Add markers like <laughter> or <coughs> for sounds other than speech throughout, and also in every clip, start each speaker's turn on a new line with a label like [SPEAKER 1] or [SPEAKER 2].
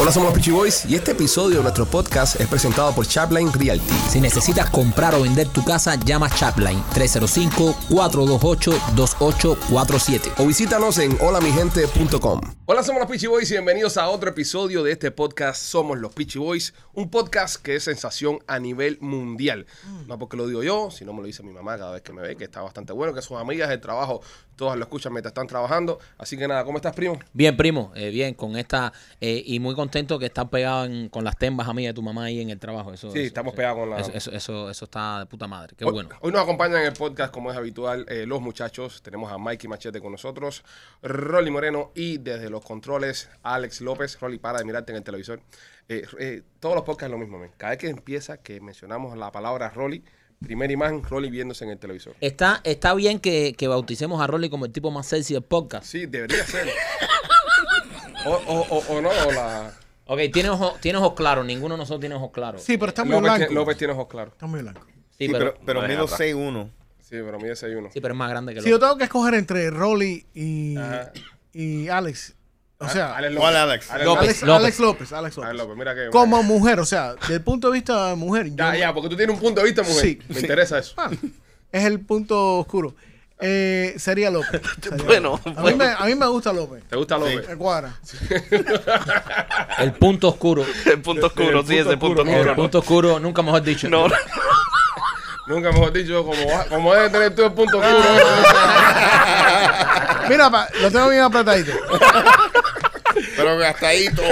[SPEAKER 1] Hola, somos los Peachy Boys y este episodio de nuestro podcast es presentado por Chapline Realty.
[SPEAKER 2] Si necesitas comprar o vender tu casa, llama Chapline 305-428-2847.
[SPEAKER 1] O visítanos en holamigente.com. Hola, somos los Peachy Boys y bienvenidos a otro episodio de este podcast Somos los Peachy Boys, un podcast que es sensación a nivel mundial.
[SPEAKER 2] Mm.
[SPEAKER 1] No porque lo digo yo, sino me lo dice mi mamá cada vez que me ve, que está bastante bueno, que sus amigas del trabajo todas lo escuchan mientras están trabajando. Así que nada, ¿cómo estás, primo?
[SPEAKER 2] Bien, primo, eh, bien, con esta eh, y muy contento que están pegados en- con las tembas a mí de tu mamá ahí en el trabajo. Eso,
[SPEAKER 1] Sí,
[SPEAKER 2] eso-
[SPEAKER 1] estamos
[SPEAKER 2] eso-
[SPEAKER 1] pegados con la-
[SPEAKER 2] Eso, eso, eso- eso está de puta madre, qué
[SPEAKER 1] Hoy-
[SPEAKER 2] bueno.
[SPEAKER 1] Hoy, nos acompañan en el podcast, como es habitual, eh, los muchachos. Tenemos a Mikey Machete con nosotros, Rolly Moreno y desde los controles, Alex López. Rolly, para de mirarte en el televisor. Eh, eh, todos los podcasts lo mismo, men. Cada vez que empieza, que mencionamos la palabra Rolly, primera imagen, Rolly viéndose en el televisor.
[SPEAKER 2] Está, está bien que, que bauticemos a Rolly como el tipo más sexy del podcast.
[SPEAKER 1] Sí, debería ser. O, o- o- o no, o la...
[SPEAKER 2] Ok, tiene ojos tiene ojos claros, ninguno de nosotros tiene ojos claros.
[SPEAKER 3] Sí, pero está muy
[SPEAKER 1] López,
[SPEAKER 3] blanco.
[SPEAKER 1] tiene- López tiene ojos claros.
[SPEAKER 3] Está muy blanco.
[SPEAKER 2] Sí,
[SPEAKER 4] Sí, pero, pero
[SPEAKER 1] Bueno,
[SPEAKER 4] mido
[SPEAKER 1] atrás.
[SPEAKER 4] 6'1".
[SPEAKER 1] Sí, pero mide 6'1".
[SPEAKER 2] sí, pero es más grande que
[SPEAKER 3] Si yo tengo que escoger entre Rolly y,
[SPEAKER 1] Ajá. Ah,
[SPEAKER 3] y Alex, o sea, Alex,
[SPEAKER 4] ¿Cuál Alex?
[SPEAKER 3] Alex
[SPEAKER 2] López.
[SPEAKER 3] Alex López, Alex
[SPEAKER 1] Alex
[SPEAKER 3] López.
[SPEAKER 1] López, mira que...
[SPEAKER 3] Como mujer, o sea, desde el punto de vista de mujer, yo-
[SPEAKER 1] Ya, ya, porque tú tienes un punto de vista, mujer.
[SPEAKER 3] Sí,
[SPEAKER 1] Me
[SPEAKER 3] sí.
[SPEAKER 1] interesa eso.
[SPEAKER 3] Ah, es el punto oscuro. Eh, sería
[SPEAKER 5] <laughs>
[SPEAKER 3] López. Sería
[SPEAKER 5] Bueno,
[SPEAKER 3] López. A,
[SPEAKER 5] bueno.
[SPEAKER 3] Mí me, a mí me gusta López.
[SPEAKER 1] ¿Te gusta López?
[SPEAKER 3] Me cuadra.
[SPEAKER 2] El punto oscuro.
[SPEAKER 5] <laughs> El punto oscuro, sí, ese punto
[SPEAKER 2] El
[SPEAKER 5] oscuro.
[SPEAKER 2] punto oscuro, nunca mejor dicho.
[SPEAKER 5] No, no,
[SPEAKER 1] Nunca mejor dicho, como, va- como debe tener tú el punto oscuro.
[SPEAKER 3] Mira, pa, lo tengo bien apretadito.
[SPEAKER 4] Pero gastadito.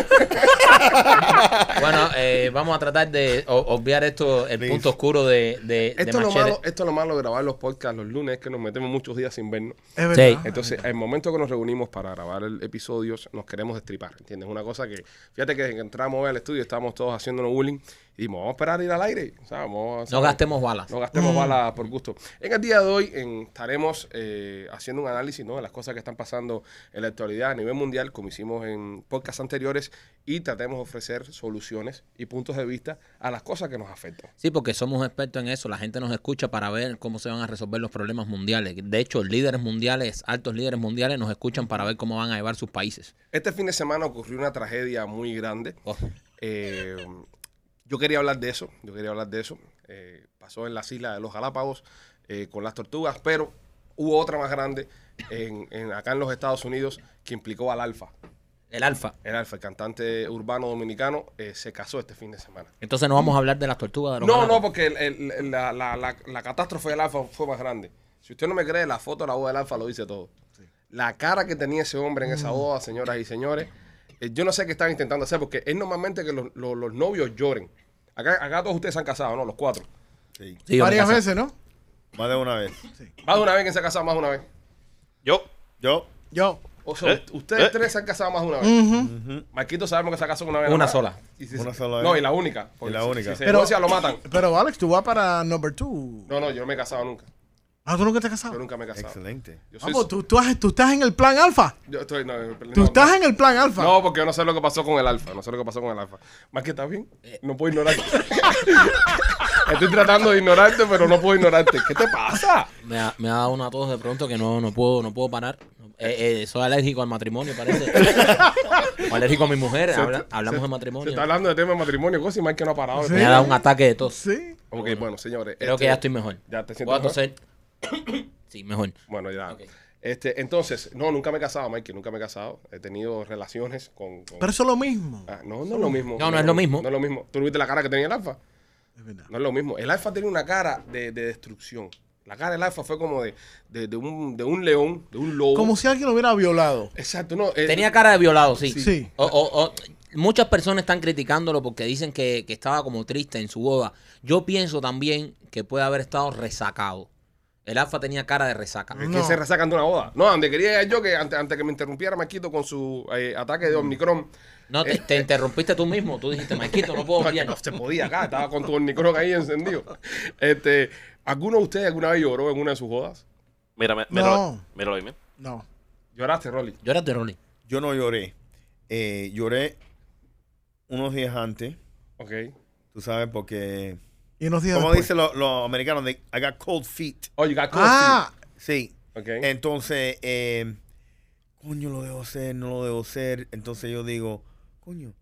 [SPEAKER 2] Bueno, eh, vamos a tratar de o- obviar esto, el
[SPEAKER 4] Please.
[SPEAKER 2] punto oscuro de, de, de
[SPEAKER 1] esto, es lo
[SPEAKER 2] Machete.
[SPEAKER 1] malo, esto es lo malo de grabar los podcasts los lunes, que nos metemos muchos días sin vernos.
[SPEAKER 3] Es verdad.
[SPEAKER 1] Entonces, el momento que nos reunimos para grabar el episodio, nos queremos destripar, ¿entiendes? Una cosa que, fíjate que desde que entramos hoy al estudio, estábamos todos haciéndonos bullying y dijimos, vamos a esperar a ir al aire. o sea, vamos a-
[SPEAKER 2] No gastemos balas.
[SPEAKER 1] No gastemos balas por gusto. En el día de hoy en- estaremos eh, haciendo un análisis ¿no? de las cosas que están pasando en la actualidad a nivel mundial, como hicimos en podcasts anteriores, y tratemos de ofrecer soluciones y puntos de vista a las cosas que nos afectan.
[SPEAKER 2] Sí, porque somos expertos en eso. La gente nos escucha para ver cómo se van a resolver los problemas mundiales. De hecho, líderes mundiales, altos líderes mundiales, nos escuchan para ver cómo van a llevar sus países.
[SPEAKER 1] Este fin de semana ocurrió una tragedia muy grande.
[SPEAKER 2] Oh,
[SPEAKER 1] Eh, yo quería hablar de eso, yo quería hablar de eso. Eh, pasó en las islas de los Galápagos eh, con las tortugas, pero hubo otra más grande en- en- acá en los Estados Unidos que implicó al Alfa.
[SPEAKER 2] el alfa.
[SPEAKER 1] El Alfa, el cantante urbano dominicano, eh, se casó este fin de semana.
[SPEAKER 2] Entonces no vamos a hablar de las tortugas de los
[SPEAKER 1] No, no,
[SPEAKER 2] Galápagos.
[SPEAKER 1] porque el- el- el- la, la- la- la catástrofe del Alfa fue más grande. Si usted no me cree, la foto de la boda del Alfa lo dice todo. La cara que tenía ese hombre en esa boda, señoras y señores, eh, yo no sé qué están intentando hacer, porque es normalmente que los, los- los novios lloren. Acá, acá todos ustedes se han casado, ¿no? Los cuatro.
[SPEAKER 4] Sí,
[SPEAKER 2] Sí, vamos a
[SPEAKER 3] Varias
[SPEAKER 2] hacer-
[SPEAKER 3] veces, ¿no?
[SPEAKER 4] más de una vez.
[SPEAKER 1] Más de una vez que se ha casado, más de una vez.
[SPEAKER 5] yo.
[SPEAKER 4] Yo,
[SPEAKER 3] Yo.
[SPEAKER 1] O sea,
[SPEAKER 5] Eh,
[SPEAKER 1] ustedes
[SPEAKER 5] eh.
[SPEAKER 1] tres se han casado más de una vez.
[SPEAKER 3] Mm.
[SPEAKER 1] Marquito sabemos que se ha casado una vez. nada
[SPEAKER 2] Una
[SPEAKER 1] más.
[SPEAKER 2] sola.
[SPEAKER 1] Y si-
[SPEAKER 4] Una sola vez.
[SPEAKER 1] No, y la única. porque
[SPEAKER 4] la
[SPEAKER 1] si-
[SPEAKER 4] única.
[SPEAKER 1] Si se
[SPEAKER 3] Pero-
[SPEAKER 1] divorcia, lo matan.
[SPEAKER 3] Pero Alex, tú vas para number two.
[SPEAKER 1] No, no, yo no me he casado nunca.
[SPEAKER 3] Ah, tú nunca te has
[SPEAKER 1] Yo
[SPEAKER 3] casado.
[SPEAKER 1] nunca me he casado.
[SPEAKER 4] excelente.
[SPEAKER 1] Yo soy-
[SPEAKER 3] Vamos, tú, tú, has- tú estás en el plan alfa.
[SPEAKER 1] yo estoy- no, no,
[SPEAKER 3] Tú
[SPEAKER 1] no.
[SPEAKER 3] estás en el plan alfa.
[SPEAKER 1] No, porque yo no sé lo que pasó con el alfa. No sé lo que pasó con el alfa. Más que está bien.
[SPEAKER 2] Eh.
[SPEAKER 1] No puedo ignorarte. <laughs> Estoy tratando de ignorarte, pero no puedo ignorarte. ¿Qué te pasa?
[SPEAKER 2] Me ha, me ha dado una tos de pronto que no, no puedo no puedo parar. Eh, eh, soy alérgico al matrimonio,
[SPEAKER 1] <laughs>
[SPEAKER 2] parece. O alérgico a mi mujer. Habla- hablamos de
[SPEAKER 1] Se
[SPEAKER 2] matrimonio.
[SPEAKER 1] está hablando de tema de matrimonio, cosas y más que no ha parado.
[SPEAKER 3] Sí.
[SPEAKER 2] Me ha dado un ataque de tos.
[SPEAKER 3] Sí.
[SPEAKER 1] Ok, bueno, señores.
[SPEAKER 2] Creo
[SPEAKER 1] este-
[SPEAKER 2] que ya estoy mejor.
[SPEAKER 1] Ya te sientes
[SPEAKER 2] Voy a
[SPEAKER 1] mejor?
[SPEAKER 2] toser.
[SPEAKER 1] <coughs>
[SPEAKER 2] sí, mejor.
[SPEAKER 1] Bueno, ya.
[SPEAKER 2] Ok.
[SPEAKER 1] Este, entonces, no, nunca me he casado, Mikey. Nunca me he casado. He tenido relaciones con. con-
[SPEAKER 3] Pero eso es lo mismo.
[SPEAKER 1] Ah, no, no es lo mismo.
[SPEAKER 2] No, no es lo mismo.
[SPEAKER 1] No es lo mismo. ¿Tú no viste la cara que tenía el alfa?
[SPEAKER 3] Es verdad.
[SPEAKER 1] No es lo mismo. El alfa tenía una cara de, de destrucción. La cara del alfa fue como de, de, de un, de un león, de un lobo.
[SPEAKER 3] Como si alguien lo hubiera violado.
[SPEAKER 1] Exacto, no. eh,
[SPEAKER 2] Tenía cara de violado, sí.
[SPEAKER 3] Sí.
[SPEAKER 2] O- o- o- muchas personas están criticándolo porque dicen que, que estaba como triste en su boda. Yo pienso también que puede haber estado resacado. El alfa tenía cara de resaca.
[SPEAKER 1] que
[SPEAKER 3] No.
[SPEAKER 1] se resacan de una boda. No, donde quería ir yo que antes, antes que me interrumpiera Maquito con su eh, ataque de Omnicron.
[SPEAKER 2] No, te, te interrumpiste tú mismo. Tú dijiste, Maquito, no puedo
[SPEAKER 1] eh, <laughs> No, es que
[SPEAKER 2] bien.
[SPEAKER 1] no se podía acá, estaba con tu Omnicron ahí encendido. Este, ¿Alguno de ustedes alguna vez lloró en una de sus bodas?
[SPEAKER 5] Mírame,
[SPEAKER 3] No.
[SPEAKER 5] míralo. Míralo ahí, mira.
[SPEAKER 3] No.
[SPEAKER 1] ¿Lloraste, Rolly?
[SPEAKER 2] Yo era de Rolly.
[SPEAKER 4] Yo no lloré. Eh, lloré unos días antes,
[SPEAKER 1] Ok.
[SPEAKER 4] tú sabes, porque...
[SPEAKER 3] Y unos días
[SPEAKER 4] Como
[SPEAKER 3] después.
[SPEAKER 4] dicen los los americanos, they- I got cold feet.
[SPEAKER 1] Oh, you got cold
[SPEAKER 3] Ah, Eh.
[SPEAKER 4] Sí.
[SPEAKER 1] feet. Ok.
[SPEAKER 4] Entonces, eh, coño, lo debo hacer, no lo debo hacer. Entonces yo digo, coño,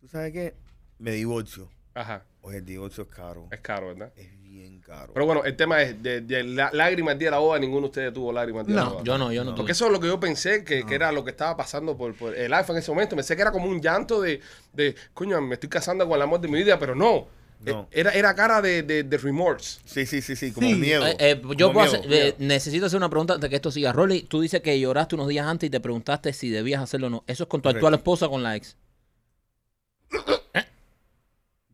[SPEAKER 4] ¿Tú sabes qué? Me divorcio.
[SPEAKER 1] Ajá.
[SPEAKER 4] Oye, el divorcio es caro.
[SPEAKER 1] Es caro, ¿verdad?
[SPEAKER 4] Es bien caro.
[SPEAKER 1] Pero bueno, el tema es de, de la, lágrimas el día de la boda, ninguno de ustedes tuvo lágrimas el día de la
[SPEAKER 3] No,
[SPEAKER 1] boda.
[SPEAKER 2] Yo no, yo no.
[SPEAKER 1] Porque
[SPEAKER 2] tuve.
[SPEAKER 1] eso es lo que yo pensé que,
[SPEAKER 3] Ah.
[SPEAKER 1] que era lo que estaba pasando por, por el alfa en ese momento. Pensé que era como un llanto de, de coño, me estoy casando con el amor de mi vida, pero no.
[SPEAKER 4] No.
[SPEAKER 1] Eh, Era, era cara de, de, de remorse.
[SPEAKER 4] sí, sí, sí, sí, como
[SPEAKER 3] Sí.
[SPEAKER 4] miedo.
[SPEAKER 2] Eh, eh, yo
[SPEAKER 4] como
[SPEAKER 2] puedo
[SPEAKER 4] miedo.
[SPEAKER 2] hacer- eh, necesito hacer una pregunta antes de que esto siga. Rolly, tú dices que lloraste unos días antes y te preguntaste si debías hacerlo o no. ¿Eso es con tu
[SPEAKER 4] Correcto.
[SPEAKER 2] actual esposa o con la ex?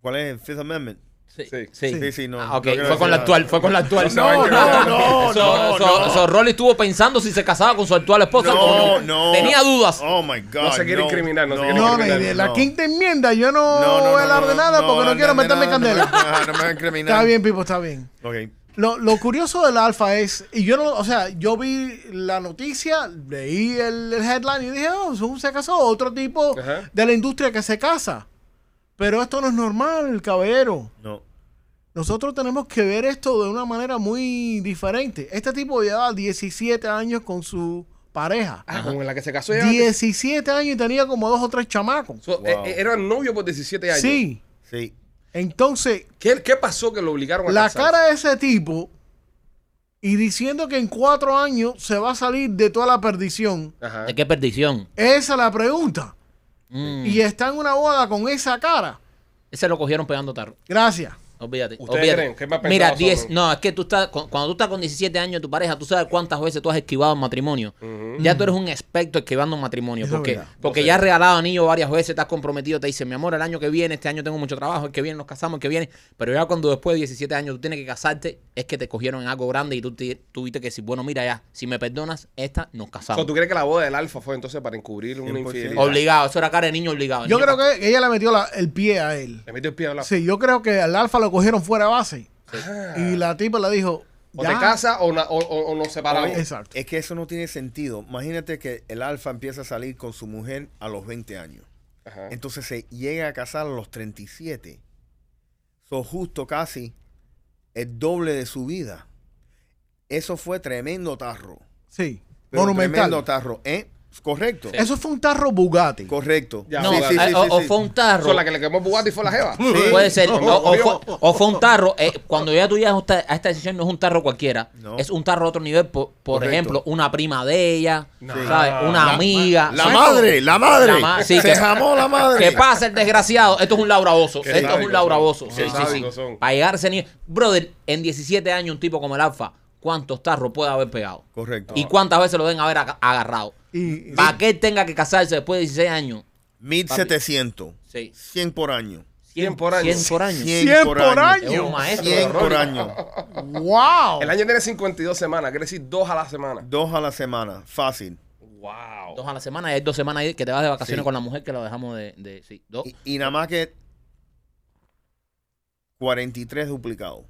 [SPEAKER 4] ¿Cuál es el Fifth Amendment?
[SPEAKER 2] Sí.
[SPEAKER 1] Sí.
[SPEAKER 4] Sí, sí, no.
[SPEAKER 2] Ah, ok,
[SPEAKER 4] no creo
[SPEAKER 2] fue
[SPEAKER 4] que
[SPEAKER 2] con la
[SPEAKER 4] sea-
[SPEAKER 2] actual, fue con la actual.
[SPEAKER 1] No, no,
[SPEAKER 3] no, no,
[SPEAKER 2] So- so- so Rolly estuvo pensando si se casaba con su actual esposa o
[SPEAKER 4] No,
[SPEAKER 2] no.
[SPEAKER 4] no.
[SPEAKER 2] Tenía dudas.
[SPEAKER 4] Oh my God.
[SPEAKER 1] No se quiere incriminar, no se quiere
[SPEAKER 3] No,
[SPEAKER 1] no,
[SPEAKER 3] de-
[SPEAKER 1] no,
[SPEAKER 3] de la quinta enmienda yo no, voy a hablar de nada porque no, quiero meterme en candela.
[SPEAKER 4] No, no, me voy a incriminar.
[SPEAKER 3] está bien, Pipo, está bien.
[SPEAKER 4] Ok.
[SPEAKER 3] Lo, lo curioso del Alfa es, y yo no, o sea, yo vi la noticia, leí el, el headline y dije, oh, según se casó otro tipo
[SPEAKER 1] Ajá.
[SPEAKER 3] de la industria que se casa. Pero esto no es normal, caballero.
[SPEAKER 4] No.
[SPEAKER 3] Nosotros tenemos que ver esto de una manera muy diferente. Este tipo llevaba 17 años con su pareja.
[SPEAKER 1] Ah, con la que se casó ella.
[SPEAKER 3] 17 años y tenía como dos o tres chamacos.
[SPEAKER 1] So, eh,
[SPEAKER 4] Wow.
[SPEAKER 1] eh, eran novios por 17 años.
[SPEAKER 3] Sí.
[SPEAKER 4] Sí.
[SPEAKER 3] Entonces,
[SPEAKER 1] ¿Qué, ¿Qué pasó que lo obligaron a
[SPEAKER 3] la
[SPEAKER 1] casarse?
[SPEAKER 3] cara de ese tipo y diciendo que en cuatro años se va a salir de toda la perdición.
[SPEAKER 1] Ajá.
[SPEAKER 2] ¿De qué perdición?
[SPEAKER 3] Esa es la pregunta.
[SPEAKER 2] Mm.
[SPEAKER 3] Y está en una boda con esa cara.
[SPEAKER 2] Ese lo cogieron pegando tarro.
[SPEAKER 3] Gracias.
[SPEAKER 2] Olvídate.
[SPEAKER 1] ¿Ustedes
[SPEAKER 2] olvídate.
[SPEAKER 1] creen? ¿Qué me ha pensado
[SPEAKER 2] Mira,
[SPEAKER 1] sobre
[SPEAKER 2] 10.
[SPEAKER 1] eso?
[SPEAKER 2] No, es que tú estás. cu- Cuando tú estás con 17 años de tu pareja, tú sabes cuántas veces tú has esquivado el matrimonio. Ya tú eres un experto esquivando un matrimonio.
[SPEAKER 3] Eso
[SPEAKER 2] ¿Por
[SPEAKER 3] es
[SPEAKER 2] qué?
[SPEAKER 3] verdad.
[SPEAKER 2] Porque ya has regalado anillo varias veces, te has comprometido, te dicen, mi amor, el año que viene, este año tengo mucho trabajo, el que viene nos casamos, el que viene. Pero ya cuando después de 17 años tú tienes que casarte, es que te cogieron en algo grande y tú te- tuviste que decir, bueno, mira, ya, si me perdonas, esta nos
[SPEAKER 1] O
[SPEAKER 2] casamos.
[SPEAKER 1] sea, ¿Tú crees que la boda del alfa fue entonces para encubrir una
[SPEAKER 4] 100%.
[SPEAKER 1] infidelidad?
[SPEAKER 2] Obligado, eso era cara de niño obligado.
[SPEAKER 3] Yo
[SPEAKER 2] Niño
[SPEAKER 3] creo que ella le metió la- el pie a él.
[SPEAKER 1] Le metió el pie al alfa.
[SPEAKER 3] Sí, yo creo que al alfa lo cogieron fuera de base.
[SPEAKER 1] Ah.
[SPEAKER 3] Y la tipa le dijo,
[SPEAKER 1] O
[SPEAKER 3] "Ya". Oh,
[SPEAKER 1] te casas o, na- o, o- o nos separamos.
[SPEAKER 4] Oye,
[SPEAKER 3] Exacto.
[SPEAKER 4] Es que eso no tiene sentido. Imagínate que el alfa empieza a salir con su mujer a los 20 años.
[SPEAKER 1] Ajá.
[SPEAKER 4] Entonces se llega a casar a los 37. Son justo casi el doble de su vida. Eso fue tremendo tarro.
[SPEAKER 3] Sí,
[SPEAKER 4] Pero
[SPEAKER 3] monumental.
[SPEAKER 4] Tremendo tarro, ¿eh? Correcto.
[SPEAKER 3] Eso fue un tarro Bugatti.
[SPEAKER 4] Correcto.
[SPEAKER 1] Ya,
[SPEAKER 2] No,
[SPEAKER 1] Sí, sí,
[SPEAKER 2] eh, o, o
[SPEAKER 4] sí.
[SPEAKER 2] fue un tarro.
[SPEAKER 1] So, la que le quemó Bugatti fue la jeva.
[SPEAKER 2] Puede ser.
[SPEAKER 1] No,
[SPEAKER 2] O,
[SPEAKER 1] no,
[SPEAKER 2] o
[SPEAKER 1] no.
[SPEAKER 2] fue, o fue un tarro. eh, cuando ya tú llegas a esta- a esta decisión, no es un tarro cualquiera.
[SPEAKER 4] No.
[SPEAKER 2] Es un tarro a otro nivel. Por, por
[SPEAKER 4] Correcto.
[SPEAKER 2] ejemplo, una prima de ella.
[SPEAKER 1] No.
[SPEAKER 2] ¿sabes? Una amiga.
[SPEAKER 4] La
[SPEAKER 2] Ah, ¿sabes?
[SPEAKER 4] madre, la madre.
[SPEAKER 2] La ma- sí,
[SPEAKER 4] se
[SPEAKER 2] que-
[SPEAKER 4] jamó la madre.
[SPEAKER 2] ¿Qué pasa, el desgraciado? Esto es un lauraboso.
[SPEAKER 1] Qué
[SPEAKER 2] Esto es
[SPEAKER 1] sádicos
[SPEAKER 2] un lauraboso.
[SPEAKER 1] son.
[SPEAKER 2] Sí,
[SPEAKER 1] Qué
[SPEAKER 2] sí, sí.
[SPEAKER 1] sádicos son.
[SPEAKER 2] Para llegar a ese nivel. Brother, en 17 años, un tipo como el Alfa, ¿cuántos tarros puede haber pegado?
[SPEAKER 4] Correcto.
[SPEAKER 2] ¿Y cuántas veces lo deben haber aga- agarrado?
[SPEAKER 1] <laughs>
[SPEAKER 3] Y, y-
[SPEAKER 2] Para que él tenga que casarse después de 16 años.
[SPEAKER 4] 1700.
[SPEAKER 2] Sí.
[SPEAKER 4] 100 por año.
[SPEAKER 1] 100 por año.
[SPEAKER 2] 100 por año.
[SPEAKER 3] 100 por año.
[SPEAKER 2] Es un maestro.
[SPEAKER 4] 100
[SPEAKER 2] de
[SPEAKER 4] por
[SPEAKER 2] rol.
[SPEAKER 4] año.
[SPEAKER 3] ¡Wow!
[SPEAKER 1] El año tiene 52 semanas, quiere decir dos a la semana.
[SPEAKER 4] Dos a la semana. Fácil.
[SPEAKER 1] Wow.
[SPEAKER 2] Dos a la semana, y hay dos semanas ahí que te vas de vacaciones
[SPEAKER 4] Sí.
[SPEAKER 2] con la mujer que la dejamos de. de- sí, dos.
[SPEAKER 4] Y, y nada más que 43 duplicados.